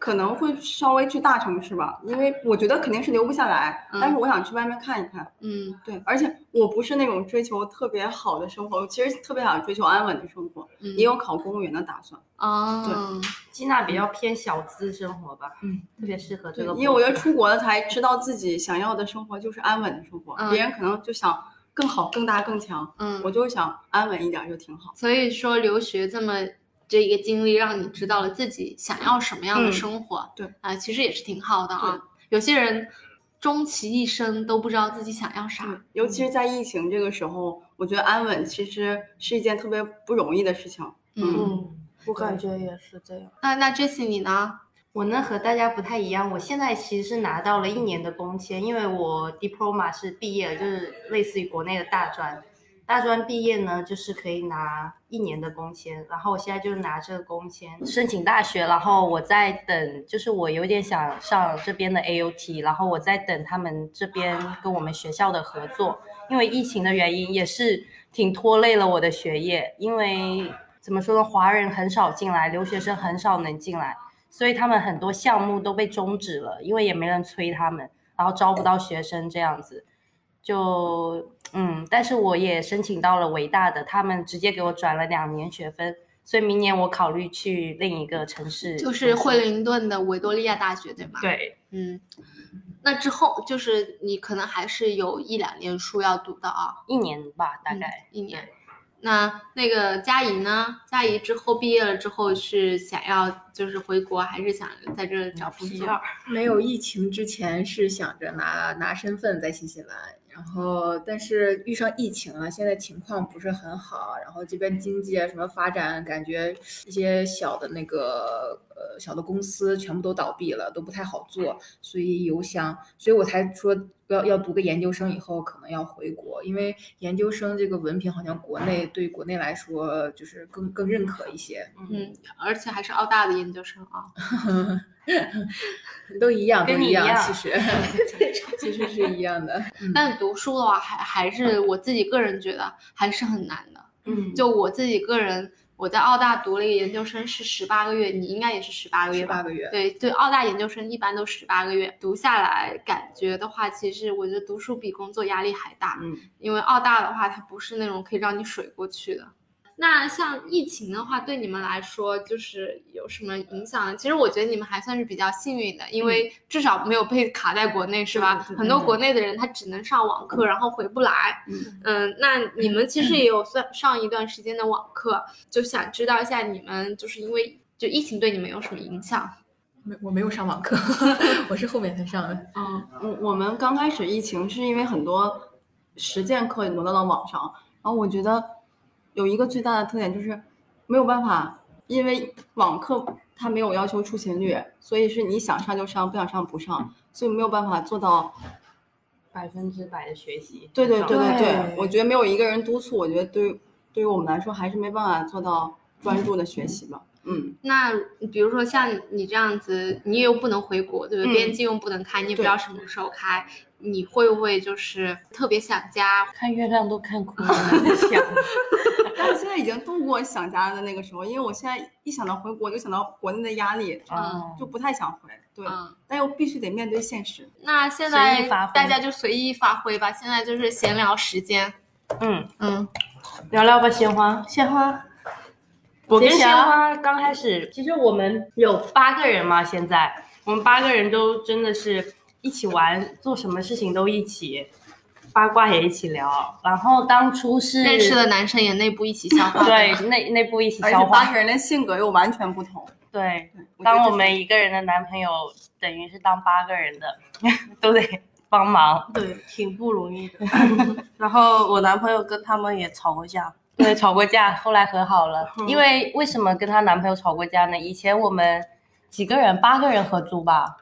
[SPEAKER 4] 可能会稍微去大城市吧，因为我觉得肯定是留不下来，
[SPEAKER 1] 嗯
[SPEAKER 4] 但是我想去外面看一看。
[SPEAKER 1] 嗯
[SPEAKER 4] 对，而且我不是那种追求特别好的生活，我其实特别想追求安稳的生活，
[SPEAKER 1] 嗯，
[SPEAKER 4] 也有考公务员的打算。
[SPEAKER 1] 哦，
[SPEAKER 3] 基娜比较偏小资生活吧，嗯，特别适合这
[SPEAKER 4] 对
[SPEAKER 3] 个，工作。
[SPEAKER 4] 因为我觉得出国了才知道自己想要的生活就是安稳的生活，
[SPEAKER 1] 嗯
[SPEAKER 4] 别人可能就想更好、更大、更强，
[SPEAKER 1] 嗯
[SPEAKER 4] 我，就想安稳一点就挺好。
[SPEAKER 1] 所以说留学这么这一个经历，让你知道了自己想要什么样的生活。
[SPEAKER 4] 对
[SPEAKER 1] 啊、其实也是挺好的啊。有些人终其一生都不知道自己想要啥。
[SPEAKER 4] 对，尤其是在疫情这个时候，我觉得安稳其实是一件特别不容易的事情。
[SPEAKER 1] 嗯，
[SPEAKER 2] 嗯，我感觉也是这样。
[SPEAKER 1] 那那 Jesse 你呢？
[SPEAKER 3] 我呢和大家不太一样，我现在其实是拿到了一年的工签，因为我 diploma 是毕业了，就是类似于国内的大专。大专毕业呢，就是可以拿一年的工签，然后我现在就是拿这个工签申请大学，然后我在等，就是我有点想上这边的 AUT，然后我在等他们这边跟我们学校的合作，因为疫情的原因也是挺拖累了我的学业，因为怎么说呢，华人很少进来，留学生很少能进来，所以他们很多项目都被终止了，因为也没人催他们，然后招不到学生这样子，就嗯，但是我也申请到了伟大的，他们直接给我转了两年学分，所以明年我考虑去另一个城市，
[SPEAKER 1] 就是惠灵顿的维多利亚大学，对吗？。
[SPEAKER 3] 对
[SPEAKER 1] 嗯，那之后就是你可能还是有一两年书要读的啊，
[SPEAKER 3] 一年吧，大概。
[SPEAKER 1] 嗯、一年。那那个佳怡呢？佳怡之后毕业了之后是想要就是回国，还是想在这
[SPEAKER 3] 嗯
[SPEAKER 1] 找工作？
[SPEAKER 7] 没有疫情之前是想着拿拿身份在新西兰，然后但是遇上疫情了，现在情况不是很好，然后这边经济啊什么发展，感觉一些小的那个呃小的公司全部都倒闭了，都不太好做，所以有想，所以我才说要要读个研究生以后可能要回国，因为研究生这个文凭好像国内对国内来说就是更更认可一些，
[SPEAKER 1] 嗯，而且还是澳大的研究生啊。
[SPEAKER 7] 都一样，都
[SPEAKER 3] 跟你一
[SPEAKER 7] 样，
[SPEAKER 3] 样
[SPEAKER 7] 其
[SPEAKER 3] (laughs)
[SPEAKER 7] 实其实是一样的。
[SPEAKER 3] 嗯
[SPEAKER 1] 但读书的话，还还是我自己个人觉得还是很难的。
[SPEAKER 3] 嗯
[SPEAKER 1] 就我自己个人，我在澳大读了一个研究生是十八个月，你应该也是十八个月
[SPEAKER 7] 十
[SPEAKER 1] 吧
[SPEAKER 7] 八？个月，
[SPEAKER 1] 对
[SPEAKER 4] 嗯
[SPEAKER 1] 对，澳大研究生一般都十八个月，读下来感觉的话，其实我觉得读书比工作压力还大，
[SPEAKER 4] 嗯，
[SPEAKER 1] 因为澳大的话，它不是那种可以让你水过去的。那像疫情的话，对你们来说就是有什么影响呢？其实我觉得你们还算是比较幸运的，因为至少没有被卡在国内，是吧？
[SPEAKER 4] 嗯对对对
[SPEAKER 1] 很多国内的人他只能上网课，然后回不来。
[SPEAKER 4] 嗯
[SPEAKER 1] 嗯，那你们
[SPEAKER 4] (clears throat)
[SPEAKER 1] 其实也有算上一段时间的网课，就想知道一下你们就是因为就疫情对你们有什么影响？
[SPEAKER 7] 没我没有上网课，
[SPEAKER 6] (laughs)
[SPEAKER 7] 我是后面才上的。
[SPEAKER 4] 我我们刚开始疫情是因为很多实践课挪到了网上，然后我觉得有一个最大的特点就是没有办法，因为网课它没有要求出勤率，所以是你想上就上，不想上不上，所以没有办法做到。
[SPEAKER 3] 百分之百的学习。
[SPEAKER 4] 对对对
[SPEAKER 3] 上
[SPEAKER 4] 对对
[SPEAKER 5] 对，
[SPEAKER 4] 我觉得没有一个人督促，我觉得对于对于我们来说还是没办法做到专注的学习吧。嗯，
[SPEAKER 1] 那比如说像你这样子，你又不能回国，对不对？
[SPEAKER 4] 嗯
[SPEAKER 1] 边境又不能开，你也不知道什么时候开，你会不会就是特别想家？
[SPEAKER 3] 看月亮都 (laughs) 看哭了，在想
[SPEAKER 4] 但是现在已经度过想家的那个时候，因为我现在一想到回国，我就想到国内的压力，
[SPEAKER 3] 嗯
[SPEAKER 4] 就不太想回。对，
[SPEAKER 1] 嗯，
[SPEAKER 4] 但又必须得面对现实。
[SPEAKER 1] 那现
[SPEAKER 3] 随
[SPEAKER 1] 在
[SPEAKER 3] 意发挥
[SPEAKER 1] 大家就随意发挥吧，现在就是闲聊时间。
[SPEAKER 3] 嗯，
[SPEAKER 1] 嗯，
[SPEAKER 3] 聊聊吧，鲜花。
[SPEAKER 2] 鲜花，
[SPEAKER 3] 我跟
[SPEAKER 2] 谁
[SPEAKER 3] 鲜
[SPEAKER 2] 想
[SPEAKER 3] 花刚开始，其实我们有八个人嘛，现在我们八个人都真的是一起玩，做什么事情都一起，八卦也一起聊。然后当初是
[SPEAKER 1] 认识的男生也内部一起消化。
[SPEAKER 3] 对，内内部一起
[SPEAKER 4] 而且
[SPEAKER 3] 消
[SPEAKER 4] 八
[SPEAKER 3] 化。
[SPEAKER 4] 个人的性格又完全不同。
[SPEAKER 3] 对，
[SPEAKER 4] 我觉得
[SPEAKER 3] 当
[SPEAKER 4] 这
[SPEAKER 3] 我们一个人的男朋友，等于是当八个人的， (laughs) 都得帮忙。
[SPEAKER 2] 对，挺不容易
[SPEAKER 4] (laughs)
[SPEAKER 2] 的。然后我男朋友跟他们也吵过架，
[SPEAKER 3] 对，吵过架，后来和好了。因为为什么跟她男朋友吵过架呢？以前我们几个人，八个人合租吧，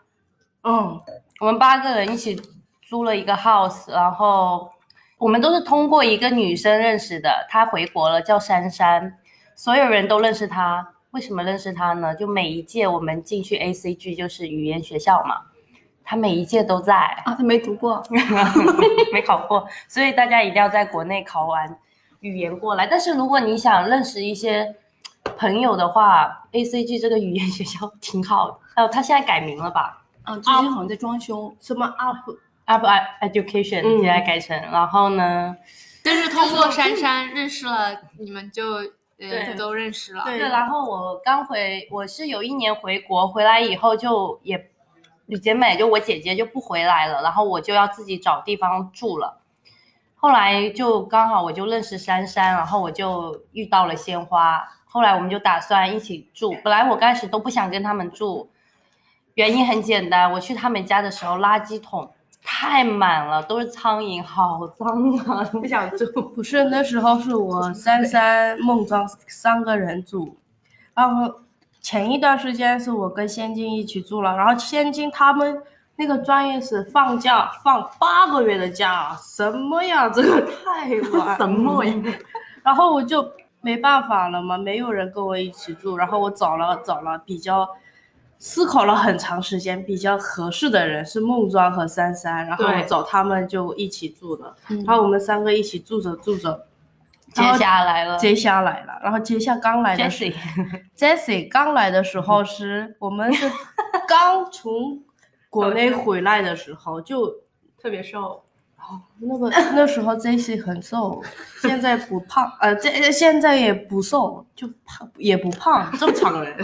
[SPEAKER 2] 嗯，
[SPEAKER 3] 我们八个人一起租了一个 house，然后我们都是通过一个女生认识的，她回国了，叫珊珊，所有人都认识她。为什么认识她呢？就每一届我们进去 ACG 就是语言学校嘛，她每一届都在，
[SPEAKER 4] 啊，他没读过，
[SPEAKER 3] (laughs) 没考过，所以大家一定要在国内考完语言过来。但是如果你想认识一些朋友的话，ACG 这个语言学校挺好的。哦，它现在改名了吧？
[SPEAKER 4] 啊，最近好像在装修。
[SPEAKER 2] 什么 up
[SPEAKER 3] Up 啊 Education
[SPEAKER 2] 嗯
[SPEAKER 3] 现在改成，然后呢，
[SPEAKER 1] 就是通过珊珊认识了你们就，呃
[SPEAKER 3] 对
[SPEAKER 1] 都认识了。
[SPEAKER 2] 对
[SPEAKER 3] 哦对，然后我刚回，我是有一年回国，回来以后就也，
[SPEAKER 7] 李姐美就我姐姐就不回来了，然后我就要自己找地方住了。后来就刚好我就认识珊珊，然后我就遇到了鲜花，后来我们就打算一起住。本来我刚开始都不想跟他们住，原因很简单，我去他们家的时候垃圾桶太满了，都是苍蝇，好脏啊，不想住。
[SPEAKER 2] 不是那时候是我珊珊、孟章三个人住，然后前一段时间是我跟仙境一起住了，然后仙境他们那个专业是放假放八个月的假，啊什么呀？这个太晚 (laughs) 什么呀？然后我就没办法了嘛，没有人跟我一起住，然后我找了找了比较。思考了很长时间，比较合适的人是孟庄和珊珊，然后我
[SPEAKER 3] 对
[SPEAKER 2] 找他们就一起住的。然后我们三个一起住着住着，
[SPEAKER 3] 接
[SPEAKER 2] 然后
[SPEAKER 3] 下来了
[SPEAKER 2] 接下来了，然后接下刚来的时
[SPEAKER 3] 嗯 Jessie，
[SPEAKER 2] Jessie 刚来的时候是，我们
[SPEAKER 3] (laughs)
[SPEAKER 2] 是刚从国内回来的时候就。哦
[SPEAKER 3] 特别瘦，
[SPEAKER 2] 那个那时候 Jessie 很瘦，现在不胖，呃，这现在也不瘦，就胖也不胖，正常人。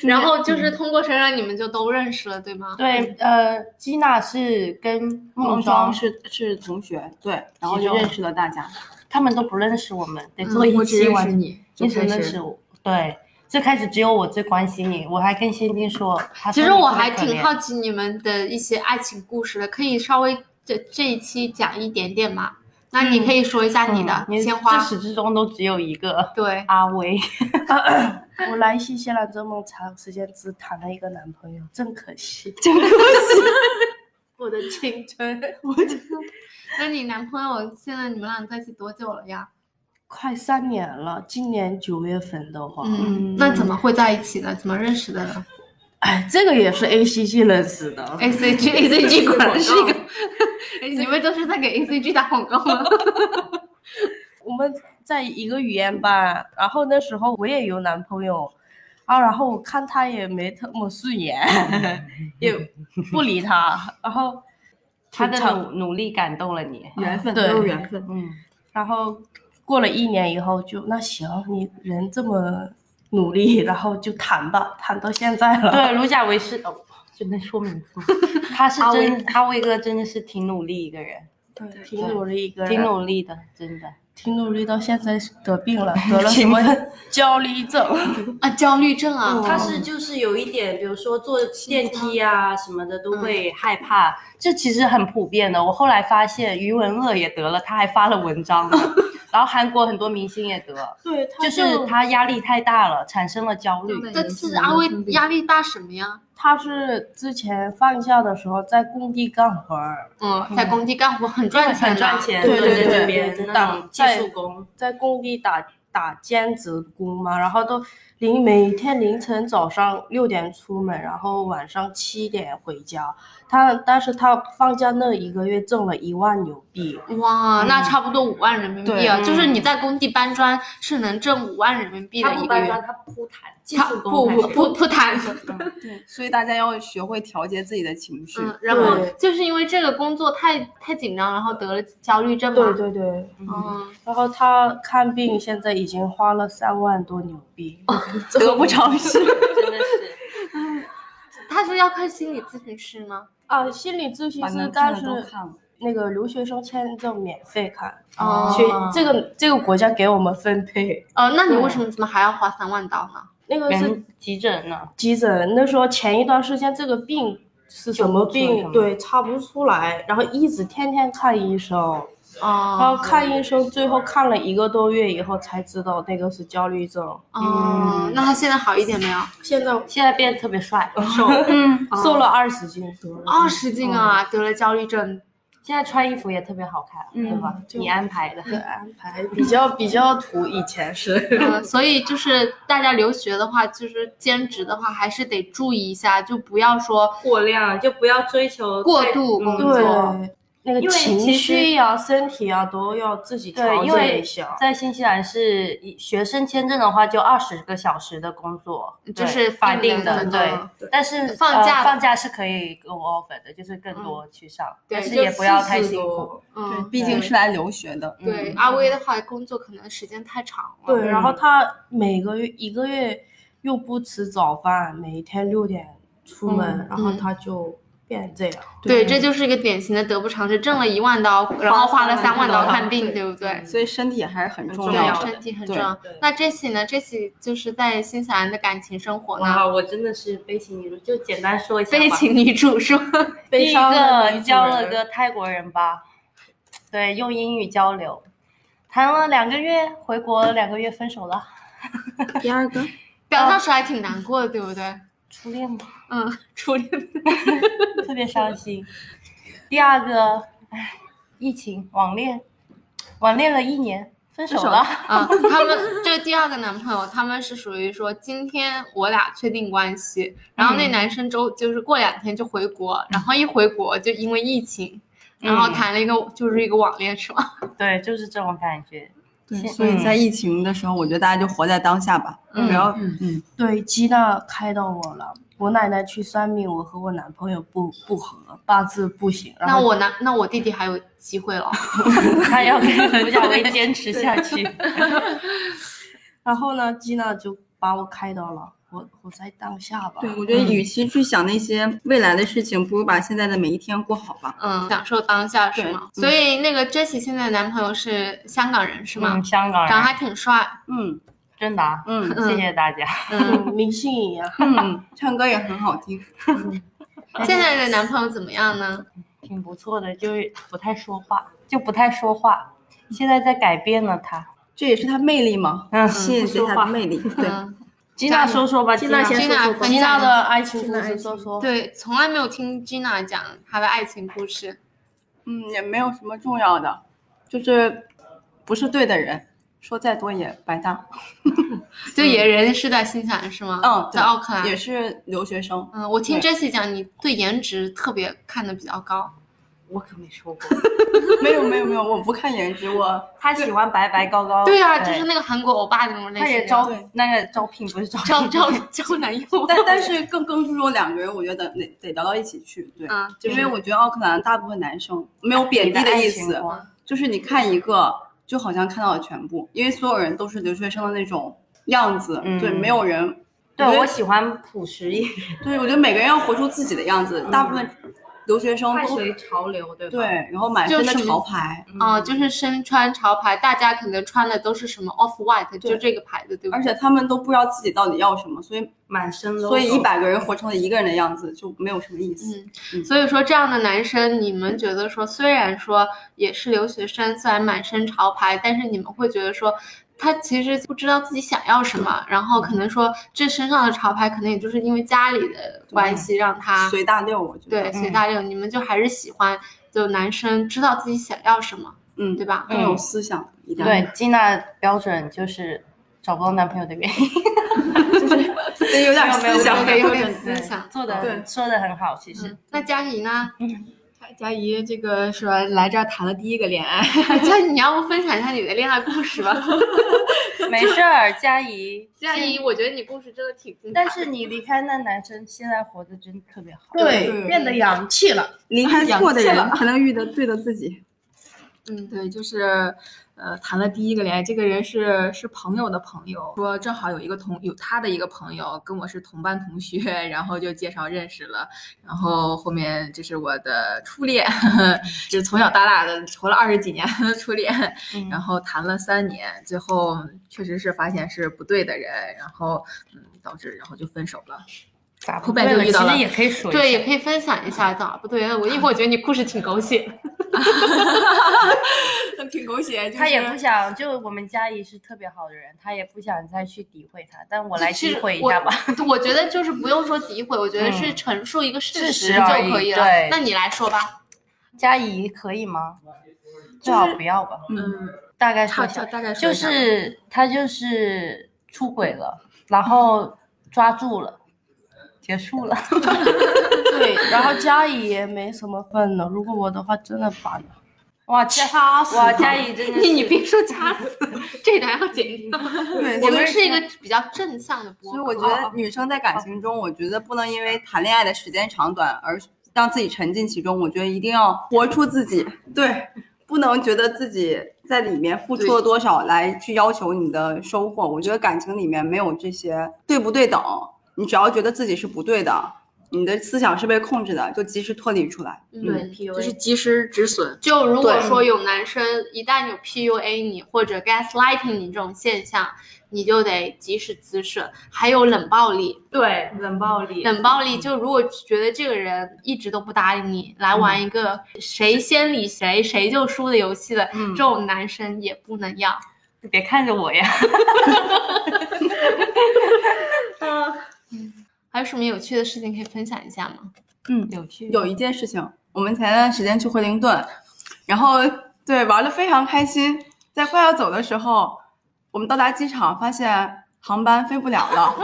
[SPEAKER 1] 然
[SPEAKER 3] 嗯
[SPEAKER 1] 后就是通过珊珊，你们就都认识了，对吗？
[SPEAKER 3] 对，呃，基娜是跟
[SPEAKER 4] 梦
[SPEAKER 3] 梦
[SPEAKER 4] 庄
[SPEAKER 3] 庄，
[SPEAKER 4] 是是同学，对，然后
[SPEAKER 3] 其
[SPEAKER 4] 就
[SPEAKER 3] 中
[SPEAKER 4] 认识了大家。
[SPEAKER 3] 他们都不认识我们，
[SPEAKER 1] 嗯
[SPEAKER 3] 得做一期完，
[SPEAKER 7] 你，
[SPEAKER 3] 一直认识我，对。最开始只有我最关心你，我还跟仙丁说，她说
[SPEAKER 1] 其实
[SPEAKER 3] 你
[SPEAKER 1] 我
[SPEAKER 3] 这么
[SPEAKER 1] 还
[SPEAKER 3] 可
[SPEAKER 1] 挺
[SPEAKER 3] 怜嗯
[SPEAKER 1] 好奇你们的一些爱情故事的，可以稍微这这一期讲一点点吗？那你可以说一下嗯你的
[SPEAKER 3] 嗯
[SPEAKER 1] 鲜花
[SPEAKER 3] 自，始至终都只有一个
[SPEAKER 1] 对，
[SPEAKER 3] 阿威，
[SPEAKER 2] 我来新西兰这么长时间，只谈了一个男朋友，真可
[SPEAKER 3] (laughs)
[SPEAKER 2] 惜。
[SPEAKER 1] (laughs) 我的青春，我的。那你男朋友现在你们俩在一起多久了呀？
[SPEAKER 2] (laughs) 快三年了，今年九月份的话，
[SPEAKER 1] 嗯，那怎么会在一起呢？怎么认识的呢
[SPEAKER 2] (laughs) 哎，这个也是 A C G 认识的。
[SPEAKER 1] ？A C G A C (laughs) G 果然是一个，你们都是在给 A C G 打广告吗？
[SPEAKER 2] 我们在一个语言班，然后那时候我也有男朋友，啊，然后我看他也没特么顺眼， (laughs) 也不理他，然后
[SPEAKER 3] 他的努努力感动了你。
[SPEAKER 4] 缘分
[SPEAKER 2] 对
[SPEAKER 4] 都是缘分。
[SPEAKER 3] 嗯，
[SPEAKER 2] 然后过了一年以后就那行，你人这么努力，然后就谈吧，谈到现在 (laughs) 了。
[SPEAKER 3] 对，卢贾维是哦，真的说名字，他是真阿威哥真的是挺努力一个人，
[SPEAKER 2] 对，挺努力一个人，
[SPEAKER 3] 挺努力的，真的。
[SPEAKER 2] 挺努力，到现在得病了，得 (laughs) 了什么焦虑症？
[SPEAKER 1] (laughs) 啊，焦虑症啊，
[SPEAKER 4] 他是就是有一点，比如说坐电梯啊什么的都会害怕。
[SPEAKER 3] 嗯这其实很普遍的。我后来发现余文乐也得了，他还发了文章呢然后韩国很多明星也得，
[SPEAKER 2] 对，他
[SPEAKER 3] 就是他压力太大了，产生了焦虑。
[SPEAKER 1] 但是阿威压力大什么呀？
[SPEAKER 2] 他是之前放假的时候在工地干活儿，
[SPEAKER 1] 嗯，在工地干活很赚钱，啊
[SPEAKER 3] 很赚。钱，
[SPEAKER 2] 对对
[SPEAKER 3] 对
[SPEAKER 2] 对
[SPEAKER 3] 这
[SPEAKER 2] 对
[SPEAKER 3] 边
[SPEAKER 2] 对
[SPEAKER 3] 那种技
[SPEAKER 2] 在
[SPEAKER 3] 术工，
[SPEAKER 2] 在工地打打兼职工嘛，然后都凌每天凌晨早上六点出门，然后晚上七点回家。他但是他放假那一个月挣了一万牛币，
[SPEAKER 1] 哇，
[SPEAKER 2] 嗯
[SPEAKER 1] 那差不多五万人民币啊！
[SPEAKER 3] 对
[SPEAKER 1] 就是你在工地搬砖是能挣五万人民币的一个月。
[SPEAKER 3] 他铺毯，技
[SPEAKER 1] 他
[SPEAKER 3] 术
[SPEAKER 1] 不
[SPEAKER 3] 工还
[SPEAKER 1] 不
[SPEAKER 3] 是
[SPEAKER 1] 不不谈，
[SPEAKER 4] 所以大家要学会调节自己的情绪。
[SPEAKER 1] 嗯，然后
[SPEAKER 2] 对
[SPEAKER 1] 就是因为这个工作太太紧张，然后得了焦虑症嘛。
[SPEAKER 2] 对对对。
[SPEAKER 1] 嗯，
[SPEAKER 2] 然后他看病现在已经花了三万多牛币，
[SPEAKER 1] 哦
[SPEAKER 4] 得不偿失。
[SPEAKER 3] 真的是。
[SPEAKER 1] 他是要看心理咨询师吗？
[SPEAKER 2] 啊，心理咨询
[SPEAKER 3] 把
[SPEAKER 2] 师
[SPEAKER 3] 能看
[SPEAKER 2] 但
[SPEAKER 3] 的
[SPEAKER 2] 是
[SPEAKER 3] 都看了
[SPEAKER 2] 那个留学生签证免费看，
[SPEAKER 1] 哦
[SPEAKER 2] 去这个这个国家给我们分配。
[SPEAKER 1] 呃，那你为什么怎么还要花三万刀呢？
[SPEAKER 2] 那个是
[SPEAKER 3] 人急诊呢，
[SPEAKER 2] 急诊，那时候前一段时间这个病是什么
[SPEAKER 3] 什
[SPEAKER 2] 病，
[SPEAKER 3] 么
[SPEAKER 2] 对，查不出来，然后一直天天看医生，然后
[SPEAKER 1] 哦
[SPEAKER 2] 看医生，最后看了一个多月以后才知道那个是焦虑症，
[SPEAKER 1] 哦，
[SPEAKER 2] 嗯
[SPEAKER 1] 那他现在好一点没有？
[SPEAKER 2] 现在
[SPEAKER 3] 现在变得特别帅，
[SPEAKER 2] (laughs)
[SPEAKER 1] 嗯，
[SPEAKER 2] 瘦啊了二十斤多了。
[SPEAKER 1] 二十斤
[SPEAKER 2] 嗯
[SPEAKER 1] 啊，得了焦虑
[SPEAKER 2] (laughs)
[SPEAKER 1] 症。
[SPEAKER 3] 现在穿衣服也特别好看，对吧？你安排的，
[SPEAKER 2] 对，安排比较比较土，以前 (laughs) 是。
[SPEAKER 1] 嗯，所以就是大家留学的话，就是兼职的话，还是得注意一下，就不要说
[SPEAKER 3] 过量就不要追求
[SPEAKER 1] 过
[SPEAKER 3] 太
[SPEAKER 1] 度工
[SPEAKER 3] 嗯
[SPEAKER 1] 作。
[SPEAKER 2] 对，那个
[SPEAKER 3] 因为
[SPEAKER 2] 情
[SPEAKER 3] 其实
[SPEAKER 2] 绪呀、身体呀、都要自己调
[SPEAKER 3] 对，因
[SPEAKER 2] 节
[SPEAKER 3] 为
[SPEAKER 2] 一下。
[SPEAKER 3] 在新西兰是以学生签证的话，就二十个小时的工作，
[SPEAKER 1] 就
[SPEAKER 3] 对
[SPEAKER 1] 嗯是
[SPEAKER 3] 法
[SPEAKER 1] 定
[SPEAKER 3] 定
[SPEAKER 1] 的
[SPEAKER 3] 的，对
[SPEAKER 1] 嗯。
[SPEAKER 3] 但是
[SPEAKER 1] 放
[SPEAKER 3] 呃
[SPEAKER 1] 假嗯
[SPEAKER 3] 放假是可以给我 offer 的，就是更多去上，
[SPEAKER 1] 对
[SPEAKER 3] 但是
[SPEAKER 1] 就
[SPEAKER 3] 也不要
[SPEAKER 1] 40
[SPEAKER 3] 太辛苦。
[SPEAKER 1] 嗯，
[SPEAKER 4] 毕竟是来留学的，
[SPEAKER 3] 嗯
[SPEAKER 1] 对阿威的话，工作可能时间太长了。
[SPEAKER 2] 对，然后他每个月一个月又不吃早饭，每天六点出门，然后
[SPEAKER 1] 嗯
[SPEAKER 2] 他就变这样。
[SPEAKER 1] 对，这就是一个典型的得不偿失，挣了一万刀，然后花了三万刀看病，对不对？
[SPEAKER 4] 嗯所以身体还是很重要
[SPEAKER 1] 对，
[SPEAKER 4] 的。
[SPEAKER 1] 身体很重要。那这期呢？这期就是在新西兰的感情生活呢，
[SPEAKER 3] 哇，我真的是悲情女主，就简单说一下吧。
[SPEAKER 1] 悲情女主说， (laughs)
[SPEAKER 3] 第一
[SPEAKER 2] 伤的
[SPEAKER 3] 个
[SPEAKER 2] 女主
[SPEAKER 3] 交了
[SPEAKER 2] 人
[SPEAKER 3] 个泰国人吧，对，用英语交流，谈了两个月，回国两个月分手了，
[SPEAKER 4] 第二个，
[SPEAKER 1] 表当时还挺难过的，对不对？
[SPEAKER 3] 初恋嘛，
[SPEAKER 1] (laughs) 嗯，初恋。
[SPEAKER 3] 特别伤心。第二个，唉，疫情网恋，网恋了一年，分手
[SPEAKER 4] 手
[SPEAKER 3] 了。
[SPEAKER 1] (laughs) 啊，他们这第二个男朋友，他们是属于说今天我俩确定关系，然后那
[SPEAKER 4] 嗯
[SPEAKER 1] 男生周就是过两天就回国，然后一回国就因为疫情，然后
[SPEAKER 3] 嗯
[SPEAKER 1] 谈了一个就是一个网恋是吗？
[SPEAKER 3] (laughs) 对，就是这种感觉。
[SPEAKER 4] 对，
[SPEAKER 3] 嗯
[SPEAKER 4] 所以在疫情的时候，我觉得大家就活在当下吧，
[SPEAKER 1] 嗯
[SPEAKER 4] 不要
[SPEAKER 7] 嗯
[SPEAKER 4] 嗯，
[SPEAKER 2] 对，吉娜开导我了。我奶奶去算命，我和我男朋友不不合，八字不行。然
[SPEAKER 1] 那
[SPEAKER 2] 后
[SPEAKER 1] 我男那我弟弟还有机会
[SPEAKER 4] (laughs)
[SPEAKER 1] 了，
[SPEAKER 3] 嗯他要跟何小薇坚持下去。
[SPEAKER 2] 然后呢，吉娜就把我开导了，活活在当下 (laughs) 吧。
[SPEAKER 4] 对，我觉得
[SPEAKER 3] 嗯
[SPEAKER 4] 与其去想那些未来的事情，不如把现在的每一天过好吧。
[SPEAKER 1] 嗯，享受当下是吗？
[SPEAKER 4] 对嗯
[SPEAKER 1] 所以那个 Jessie 现在的男朋友是香港人是吗
[SPEAKER 3] 嗯，？香港
[SPEAKER 1] 长得
[SPEAKER 3] 人，
[SPEAKER 1] 还挺帅，
[SPEAKER 4] 嗯
[SPEAKER 3] 真的啊、
[SPEAKER 4] 嗯
[SPEAKER 3] 谢谢大家。
[SPEAKER 1] 嗯，
[SPEAKER 2] 嗯，明星一样。
[SPEAKER 4] (laughs) 嗯，唱歌也很好听。
[SPEAKER 1] 现在的男朋友怎么样呢？
[SPEAKER 3] 挺不错的，就是不太说话，就不太说话。现在在改变了他。
[SPEAKER 4] 这也是他魅力嘛，
[SPEAKER 3] 嗯
[SPEAKER 4] 吸引
[SPEAKER 3] 不
[SPEAKER 4] 着
[SPEAKER 3] 说
[SPEAKER 4] 他
[SPEAKER 3] 话 (laughs)
[SPEAKER 4] 的魅力。对，
[SPEAKER 1] 嗯，
[SPEAKER 3] 吉娜说说吧，吉娜
[SPEAKER 1] 吉娜
[SPEAKER 2] 吉
[SPEAKER 1] 吉
[SPEAKER 2] 娜
[SPEAKER 1] 娜
[SPEAKER 2] 的
[SPEAKER 1] 的
[SPEAKER 2] 爱情故事说说。
[SPEAKER 1] 对，从来没有听 Gina 讲她的爱情故事。
[SPEAKER 4] 嗯，也没有什么重要的，就是不是对的人，说再多也白
[SPEAKER 3] (laughs)
[SPEAKER 4] 搭。
[SPEAKER 1] 就野人是在新西兰是吗？
[SPEAKER 4] 嗯，对
[SPEAKER 1] 在奥克兰
[SPEAKER 4] 也。是留学
[SPEAKER 3] (laughs)
[SPEAKER 4] 生。
[SPEAKER 1] 嗯，我听
[SPEAKER 4] 对
[SPEAKER 1] Jessie 讲，你对颜值特别看的比较高。
[SPEAKER 3] 我可没说过。
[SPEAKER 4] 没有没有没有，我不看颜值，我
[SPEAKER 3] 他喜欢白白高高。
[SPEAKER 1] 对啊，就是那个韩国欧巴那种类
[SPEAKER 3] 他
[SPEAKER 1] 型
[SPEAKER 3] 也
[SPEAKER 1] 的。
[SPEAKER 3] 招
[SPEAKER 4] 对
[SPEAKER 3] 那个招聘不是招
[SPEAKER 1] (laughs) 招
[SPEAKER 3] 聘，
[SPEAKER 1] 招招男友。
[SPEAKER 4] 但但是更更注重两个人，我觉得得得聊到一起去。对，
[SPEAKER 1] (laughs) 嗯，
[SPEAKER 4] 因为我觉得奥克兰大部分男生没有贬
[SPEAKER 3] 你的
[SPEAKER 4] 低的
[SPEAKER 3] 爱
[SPEAKER 4] 意
[SPEAKER 3] 情
[SPEAKER 4] 思，
[SPEAKER 3] 观
[SPEAKER 4] 就是你看一个就好像看到了全部，因为所有人都是留学生的那种样子，
[SPEAKER 3] 嗯
[SPEAKER 4] 对，没有人
[SPEAKER 3] 对
[SPEAKER 4] 我觉得
[SPEAKER 3] 我喜欢朴实一点。
[SPEAKER 4] 对，我觉得每个人要活出自己的样子。大部分留学生
[SPEAKER 7] 快
[SPEAKER 4] 都
[SPEAKER 7] 随潮流，对吧？
[SPEAKER 4] 对，然后满身的潮牌，
[SPEAKER 1] 啊、就是身穿潮牌，大家可能穿的都是什么 Off White，就这个牌子，对不
[SPEAKER 4] 而
[SPEAKER 1] 对？
[SPEAKER 4] 且他们都不知道自己到底要什么，所以
[SPEAKER 7] 满
[SPEAKER 3] 嗯
[SPEAKER 7] 身 logo。
[SPEAKER 4] 所以一百个人活成了一个人的样子就没有什么意思。
[SPEAKER 1] 嗯，所以说这样的男生，你们觉得说，虽然说也是留学生，虽然满身潮牌，但是你们会觉得说，他其实不知道自己想要什么，然后可能说这身上的潮牌，可能也就是因为家里的关系让他
[SPEAKER 4] 随大溜，我觉得。
[SPEAKER 1] 嗯对随大流，你们就还是喜欢就男生知道自己想要什么，
[SPEAKER 4] 嗯，
[SPEAKER 1] 对吧？
[SPEAKER 4] 更有思想一点。
[SPEAKER 3] 对，金娜标准就是找不到男朋友的原因。
[SPEAKER 4] 对，有点思想。
[SPEAKER 1] 对，有点思想。
[SPEAKER 3] 做的
[SPEAKER 6] 对
[SPEAKER 3] 嗯说的很好，其实。
[SPEAKER 1] 嗯，那佳怡呢？
[SPEAKER 6] (laughs)
[SPEAKER 1] (laughs)
[SPEAKER 6] 佳怡这个是吧，来这儿谈了第一个恋爱，
[SPEAKER 1] 佳怡，你要不分享一下你的恋爱故事 (laughs) 吧？
[SPEAKER 3] 没事儿，佳怡。
[SPEAKER 1] 佳怡，我觉得你故事真的挺精彩的。
[SPEAKER 3] 但是你离开那男生，现在活得真特别好。
[SPEAKER 4] 对
[SPEAKER 8] 对，变得洋气了。
[SPEAKER 4] 离开错的人，才能遇到对的自己。
[SPEAKER 1] 嗯，
[SPEAKER 6] 对，就是呃谈了第一个恋爱，这个人是是朋友的朋友，说正好有一个同有他的一个朋友跟我是同班同学，然后就介绍认识了，然后后面这是我的初恋， (laughs) 就是从小到大的活了二十几年的初恋， (laughs) 然后谈了三年，最后确实是发现是不对的人，然后嗯导致然后就分手了。 (laughs)
[SPEAKER 3] 咋
[SPEAKER 6] 后面就遇到
[SPEAKER 3] 其
[SPEAKER 6] 了
[SPEAKER 3] 实也可以说一
[SPEAKER 1] 对，
[SPEAKER 3] 下
[SPEAKER 1] 也可以分享一下，咋不对？我因为我觉得你故事挺狗血。
[SPEAKER 6] 挺狗血，就
[SPEAKER 3] 他也不想，就我们佳怡是特别好的人，他也不想再去诋毁他，但我来
[SPEAKER 1] 其实
[SPEAKER 3] 诋毁一
[SPEAKER 1] 我
[SPEAKER 3] 下吧。 (laughs)
[SPEAKER 1] (laughs) 我觉得就是不用说诋毁，我觉得
[SPEAKER 3] 嗯
[SPEAKER 1] 是陈述一个事
[SPEAKER 3] 事
[SPEAKER 1] 实
[SPEAKER 3] 实
[SPEAKER 1] 就
[SPEAKER 3] 而已
[SPEAKER 1] 可以了。
[SPEAKER 3] 对
[SPEAKER 1] 那你来说吧。
[SPEAKER 3] 佳怡可以吗？最好不要吧。
[SPEAKER 6] 嗯，
[SPEAKER 3] 大概说
[SPEAKER 6] 差
[SPEAKER 3] 一下，
[SPEAKER 6] 大概说
[SPEAKER 3] 就
[SPEAKER 6] 一下
[SPEAKER 3] 是他就是出轨了，然后抓住了，结束了。 (laughs)
[SPEAKER 2] 对，然后家里也没什么份了。如果我的话，真的把
[SPEAKER 3] 哇，佳
[SPEAKER 2] 掐死
[SPEAKER 3] 哇
[SPEAKER 2] 他。
[SPEAKER 3] 佳怡真的
[SPEAKER 1] 你
[SPEAKER 3] 是
[SPEAKER 1] 你别说掐死， (laughs) 这段要剪掉。
[SPEAKER 4] 对，
[SPEAKER 1] (laughs) 我
[SPEAKER 4] 所
[SPEAKER 1] 们
[SPEAKER 4] 以
[SPEAKER 1] 是一个比较正向的播
[SPEAKER 4] 所
[SPEAKER 1] 客，
[SPEAKER 4] 以我觉得女生在感情中，我觉得不能因为谈恋爱的时间长短而让自己沉浸其中。我觉得一定要活出自己，对，不能觉得自己在里面付出了多少来去要求你的收获。我觉得感情里面没有这些对不对等，你只要觉得自己是不对的，你的思想是被控制的，就及时脱离出来。
[SPEAKER 1] 嗯。
[SPEAKER 6] 就是及时止损。
[SPEAKER 1] 就如果
[SPEAKER 4] 对
[SPEAKER 1] 说有男生一旦有 PUA 你或者 gaslighting 你这种现象，你就得及时止损。还有冷暴力，
[SPEAKER 7] 对冷暴力，
[SPEAKER 1] 冷暴力就如果觉得这个人一直都不搭理你，来玩一个谁先理谁谁就输的游戏的，这种男生也不能要。
[SPEAKER 3] 你 (laughs) 别看着我呀。
[SPEAKER 1] 还有什么有趣的事情可以分享一下吗？
[SPEAKER 3] 嗯，有趣。
[SPEAKER 4] 有一件事情，我们前段时间去惠灵顿，然后对玩的非常开心，在快要走的时候，我们到达机场发现航班飞不了了，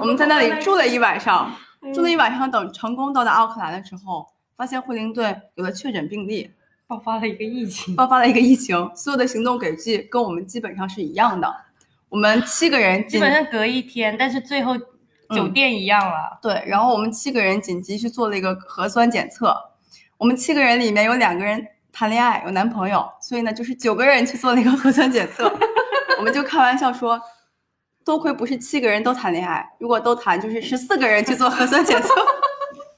[SPEAKER 4] 我们在那里住了一晚上，
[SPEAKER 3] 哎
[SPEAKER 4] 住了一晚上，等成功到达奥克兰的时候，发现惠灵顿有了确诊病例，
[SPEAKER 3] 爆发了一个疫情，
[SPEAKER 4] 爆发了一个疫情，所有的行动轨迹跟我们基本上是一样的，我们七个人
[SPEAKER 3] 基
[SPEAKER 4] 紧
[SPEAKER 3] 本上隔一天，但是最后
[SPEAKER 2] 嗯
[SPEAKER 3] 酒店一样了。
[SPEAKER 4] 对，然后我们七个人紧急去做了一个核酸检测。我们七个人里面有两个人谈恋爱，有男朋友，所以呢，就是九个人去做了一个 (laughs) 核酸检测。我们就开玩笑说，多亏不是七个人都谈恋爱，如果都谈，就是十四个人去做核酸检测。 (laughs)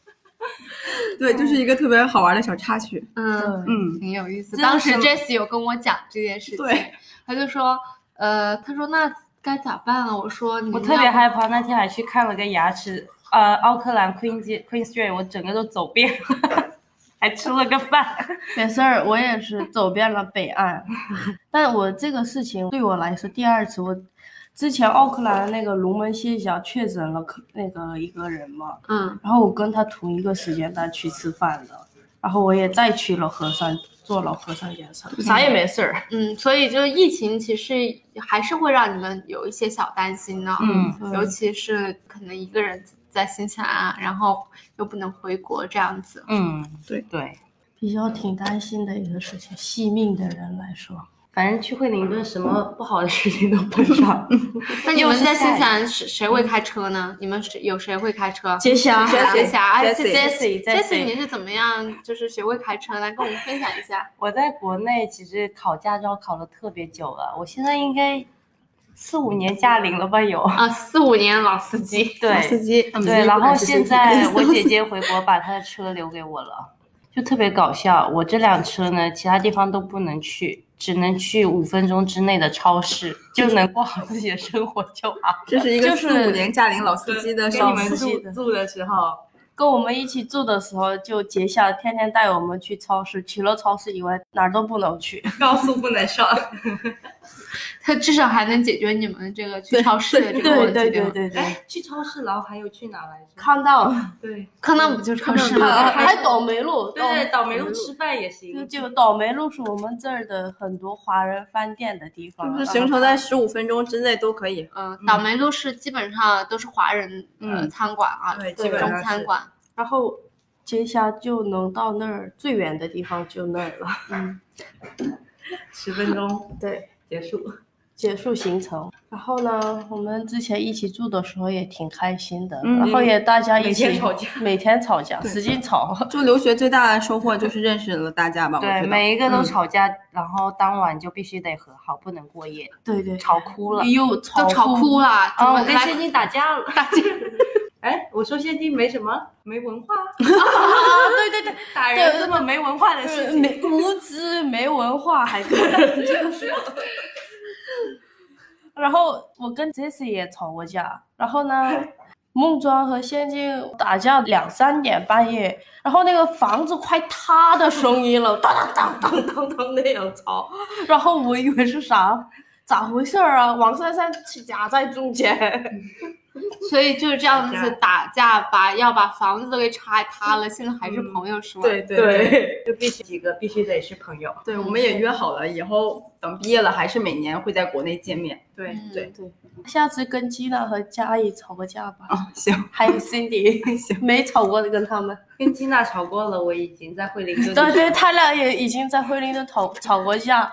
[SPEAKER 4] 对，就是一个特别好玩的小插曲。
[SPEAKER 1] 嗯，
[SPEAKER 4] 嗯，
[SPEAKER 1] 挺有意思。
[SPEAKER 4] 真的
[SPEAKER 1] 当时
[SPEAKER 4] 是
[SPEAKER 1] Jesse 有跟我讲这件事情，
[SPEAKER 4] 对，
[SPEAKER 1] 他就说，呃，他说那该咋办啊？我说你
[SPEAKER 3] 我
[SPEAKER 1] 们
[SPEAKER 3] 特别
[SPEAKER 1] 要
[SPEAKER 3] 害怕，那天还去看了个牙齿，呃，奥克兰 Queen 街 Queen Street，我整个都走遍了， (laughs) 还吃了个饭。
[SPEAKER 2] 没事儿，我也是走遍了北
[SPEAKER 3] (laughs)
[SPEAKER 2] 岸，但我这个事情对我来说第二次。我之前奥克兰那个龙门县小确诊了可那个一个人嘛，
[SPEAKER 1] 嗯，
[SPEAKER 2] 然后我跟他同一个时间段去吃饭的，然后我也再去了核酸，做了核酸检测，啥也没事儿。
[SPEAKER 1] 嗯，所以就是疫情其实还是会让你们有一些小担心的，
[SPEAKER 3] 嗯，
[SPEAKER 1] 尤其是可能一个人在新西兰啊，然后又不能回国这样子。
[SPEAKER 3] 嗯，
[SPEAKER 4] 对
[SPEAKER 3] 对，
[SPEAKER 2] 比较挺担心的一个事情，惜命的人来说，
[SPEAKER 3] 反正去惠灵顿什么不好的事情都碰
[SPEAKER 4] (laughs)
[SPEAKER 3] 上。
[SPEAKER 1] 那你们在新西
[SPEAKER 3] 想，
[SPEAKER 1] 兰谁谁会开车呢？你们谁有谁会开车？啊
[SPEAKER 2] 接下
[SPEAKER 4] 啊
[SPEAKER 2] 来
[SPEAKER 1] 学一下，
[SPEAKER 4] 哎
[SPEAKER 1] 而且
[SPEAKER 3] Jessie，
[SPEAKER 1] Jesse
[SPEAKER 3] Jessie
[SPEAKER 1] 你是怎么样就是学会开车来跟我们分享一下？
[SPEAKER 3] 我在国内其实考驾照考了特别久了，我现在应该四五年驾龄了吧有。
[SPEAKER 1] 啊，四五年老司机，
[SPEAKER 3] 对
[SPEAKER 4] 司机啊 (laughs)
[SPEAKER 3] 对，然后现在我姐姐回国把她的车留给我了，就特别搞笑。我这辆车呢，其他地方都不能去，只能去五分钟之内的超市，就能 (laughs) 过好自己的生活就好。
[SPEAKER 4] 这是一个
[SPEAKER 1] 就
[SPEAKER 4] 四
[SPEAKER 1] 是
[SPEAKER 4] 五年驾龄老司机的
[SPEAKER 3] 跟你
[SPEAKER 4] 上
[SPEAKER 3] 们
[SPEAKER 4] 司。
[SPEAKER 3] 住住的时候，
[SPEAKER 2] 跟我们一起住的时候，就结校天天带我们去超市，除了超市以外哪儿都不能去。
[SPEAKER 3] 高速不能上。
[SPEAKER 1] 它至少还能解决你们这个去超市的这个问题。吧
[SPEAKER 2] 对对，
[SPEAKER 3] 哎，去超市，然后还有去哪来着？
[SPEAKER 2] 看到
[SPEAKER 3] (laughs) 对
[SPEAKER 1] 康纳姆就超市
[SPEAKER 2] 还
[SPEAKER 1] 吗？
[SPEAKER 2] 还倒霉路，
[SPEAKER 3] 啊对，倒霉路吃饭也行
[SPEAKER 2] 就。就倒霉路是我们这儿的很多华人饭店的地方，
[SPEAKER 4] 就是行程在十五分钟之内都可以。
[SPEAKER 1] 嗯，倒霉路是基本上都是华人呃
[SPEAKER 3] 嗯
[SPEAKER 1] 餐馆啊，
[SPEAKER 4] 对
[SPEAKER 1] 中
[SPEAKER 4] 基本上是
[SPEAKER 1] 餐馆。
[SPEAKER 2] 然后接下就能到那儿最远的地方就那儿了，
[SPEAKER 3] 嗯十分钟
[SPEAKER 2] (laughs) 对，
[SPEAKER 3] 结束。
[SPEAKER 2] 结束行程。然后呢，我们之前一起住的时候也挺开心的，
[SPEAKER 4] 嗯
[SPEAKER 2] 然后也大家一起
[SPEAKER 3] 每天吵架，
[SPEAKER 2] 每天吵架，使劲吵。 (laughs)
[SPEAKER 4] 就留学最大的收获就是认识了大家吧，我
[SPEAKER 3] 对，
[SPEAKER 4] 觉得。
[SPEAKER 3] 每一个都吵架，然后当晚就必须得和好，不能过夜，
[SPEAKER 2] 对对，
[SPEAKER 3] 吵哭了。
[SPEAKER 2] 又
[SPEAKER 1] 都吵哭了，怎
[SPEAKER 3] 啊，
[SPEAKER 1] 么
[SPEAKER 3] 我跟
[SPEAKER 1] 来
[SPEAKER 3] 现金打
[SPEAKER 2] (laughs)
[SPEAKER 3] 架了，打架。哎，我说现金没什么，没
[SPEAKER 2] (laughs)
[SPEAKER 3] 文化。对对对，打人这么没文化的事情，
[SPEAKER 2] 呃没无知没文化，
[SPEAKER 3] (laughs)
[SPEAKER 2] 还 (laughs) 跟然后我跟 Jesse 也吵过架，然后呢，
[SPEAKER 3] (laughs)
[SPEAKER 2] 孟庄和仙境打架两三点半夜，然后那个房子快塌的声音了，当当当当当当那样吵，然后我以为是啥。咋回事儿啊？王珊珊夹在中间，
[SPEAKER 1] 所以就是这样子打架，把要把房子都给拆塌了，现在还是朋友是吗？
[SPEAKER 4] 嗯对对对
[SPEAKER 3] (laughs) 就必须几个必须得是朋友。
[SPEAKER 4] 对，我们也约好了，以后等毕业了还是每年会在国内见面。
[SPEAKER 3] 对
[SPEAKER 1] 嗯
[SPEAKER 4] 对
[SPEAKER 2] 下次跟吉娜和嘉义吵个架
[SPEAKER 3] 哦
[SPEAKER 2] 吧，
[SPEAKER 4] 啊，行
[SPEAKER 2] 还有 Cindy
[SPEAKER 4] 行，
[SPEAKER 2] 没吵过的跟他们。
[SPEAKER 3] 跟金娜吵过了，我已经在惠灵
[SPEAKER 2] (laughs)
[SPEAKER 3] 顿。
[SPEAKER 2] 对对，他俩也已经在惠灵顿吵吵过架，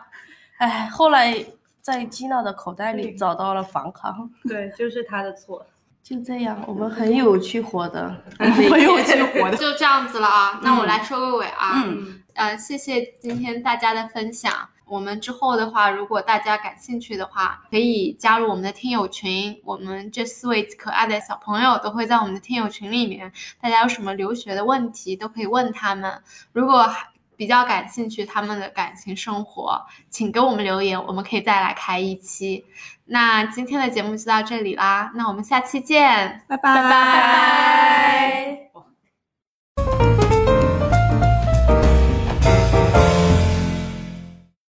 [SPEAKER 2] 哎，后来在吉娜的口袋里找到了反抗，
[SPEAKER 3] 对，就是他的错。
[SPEAKER 2] 就这样，我们很有趣活的，
[SPEAKER 3] (laughs)
[SPEAKER 4] 很有趣活的。
[SPEAKER 1] 就这样子了啊。那我来收个尾啊，
[SPEAKER 4] 嗯，
[SPEAKER 1] 呃，谢谢今天大家的分享。我们之后的话，如果大家感兴趣的话，可以加入我们的听友群。我们这四位可爱的小朋友都会在我们的听友群里面，大家有什么留学的问题都可以问他们。如果还比较感兴趣他们的感情生活，请给我们留言，我们可以再来开一期。那今天的节目就到这里啦，那我们下期见，
[SPEAKER 4] 拜拜
[SPEAKER 1] 拜拜。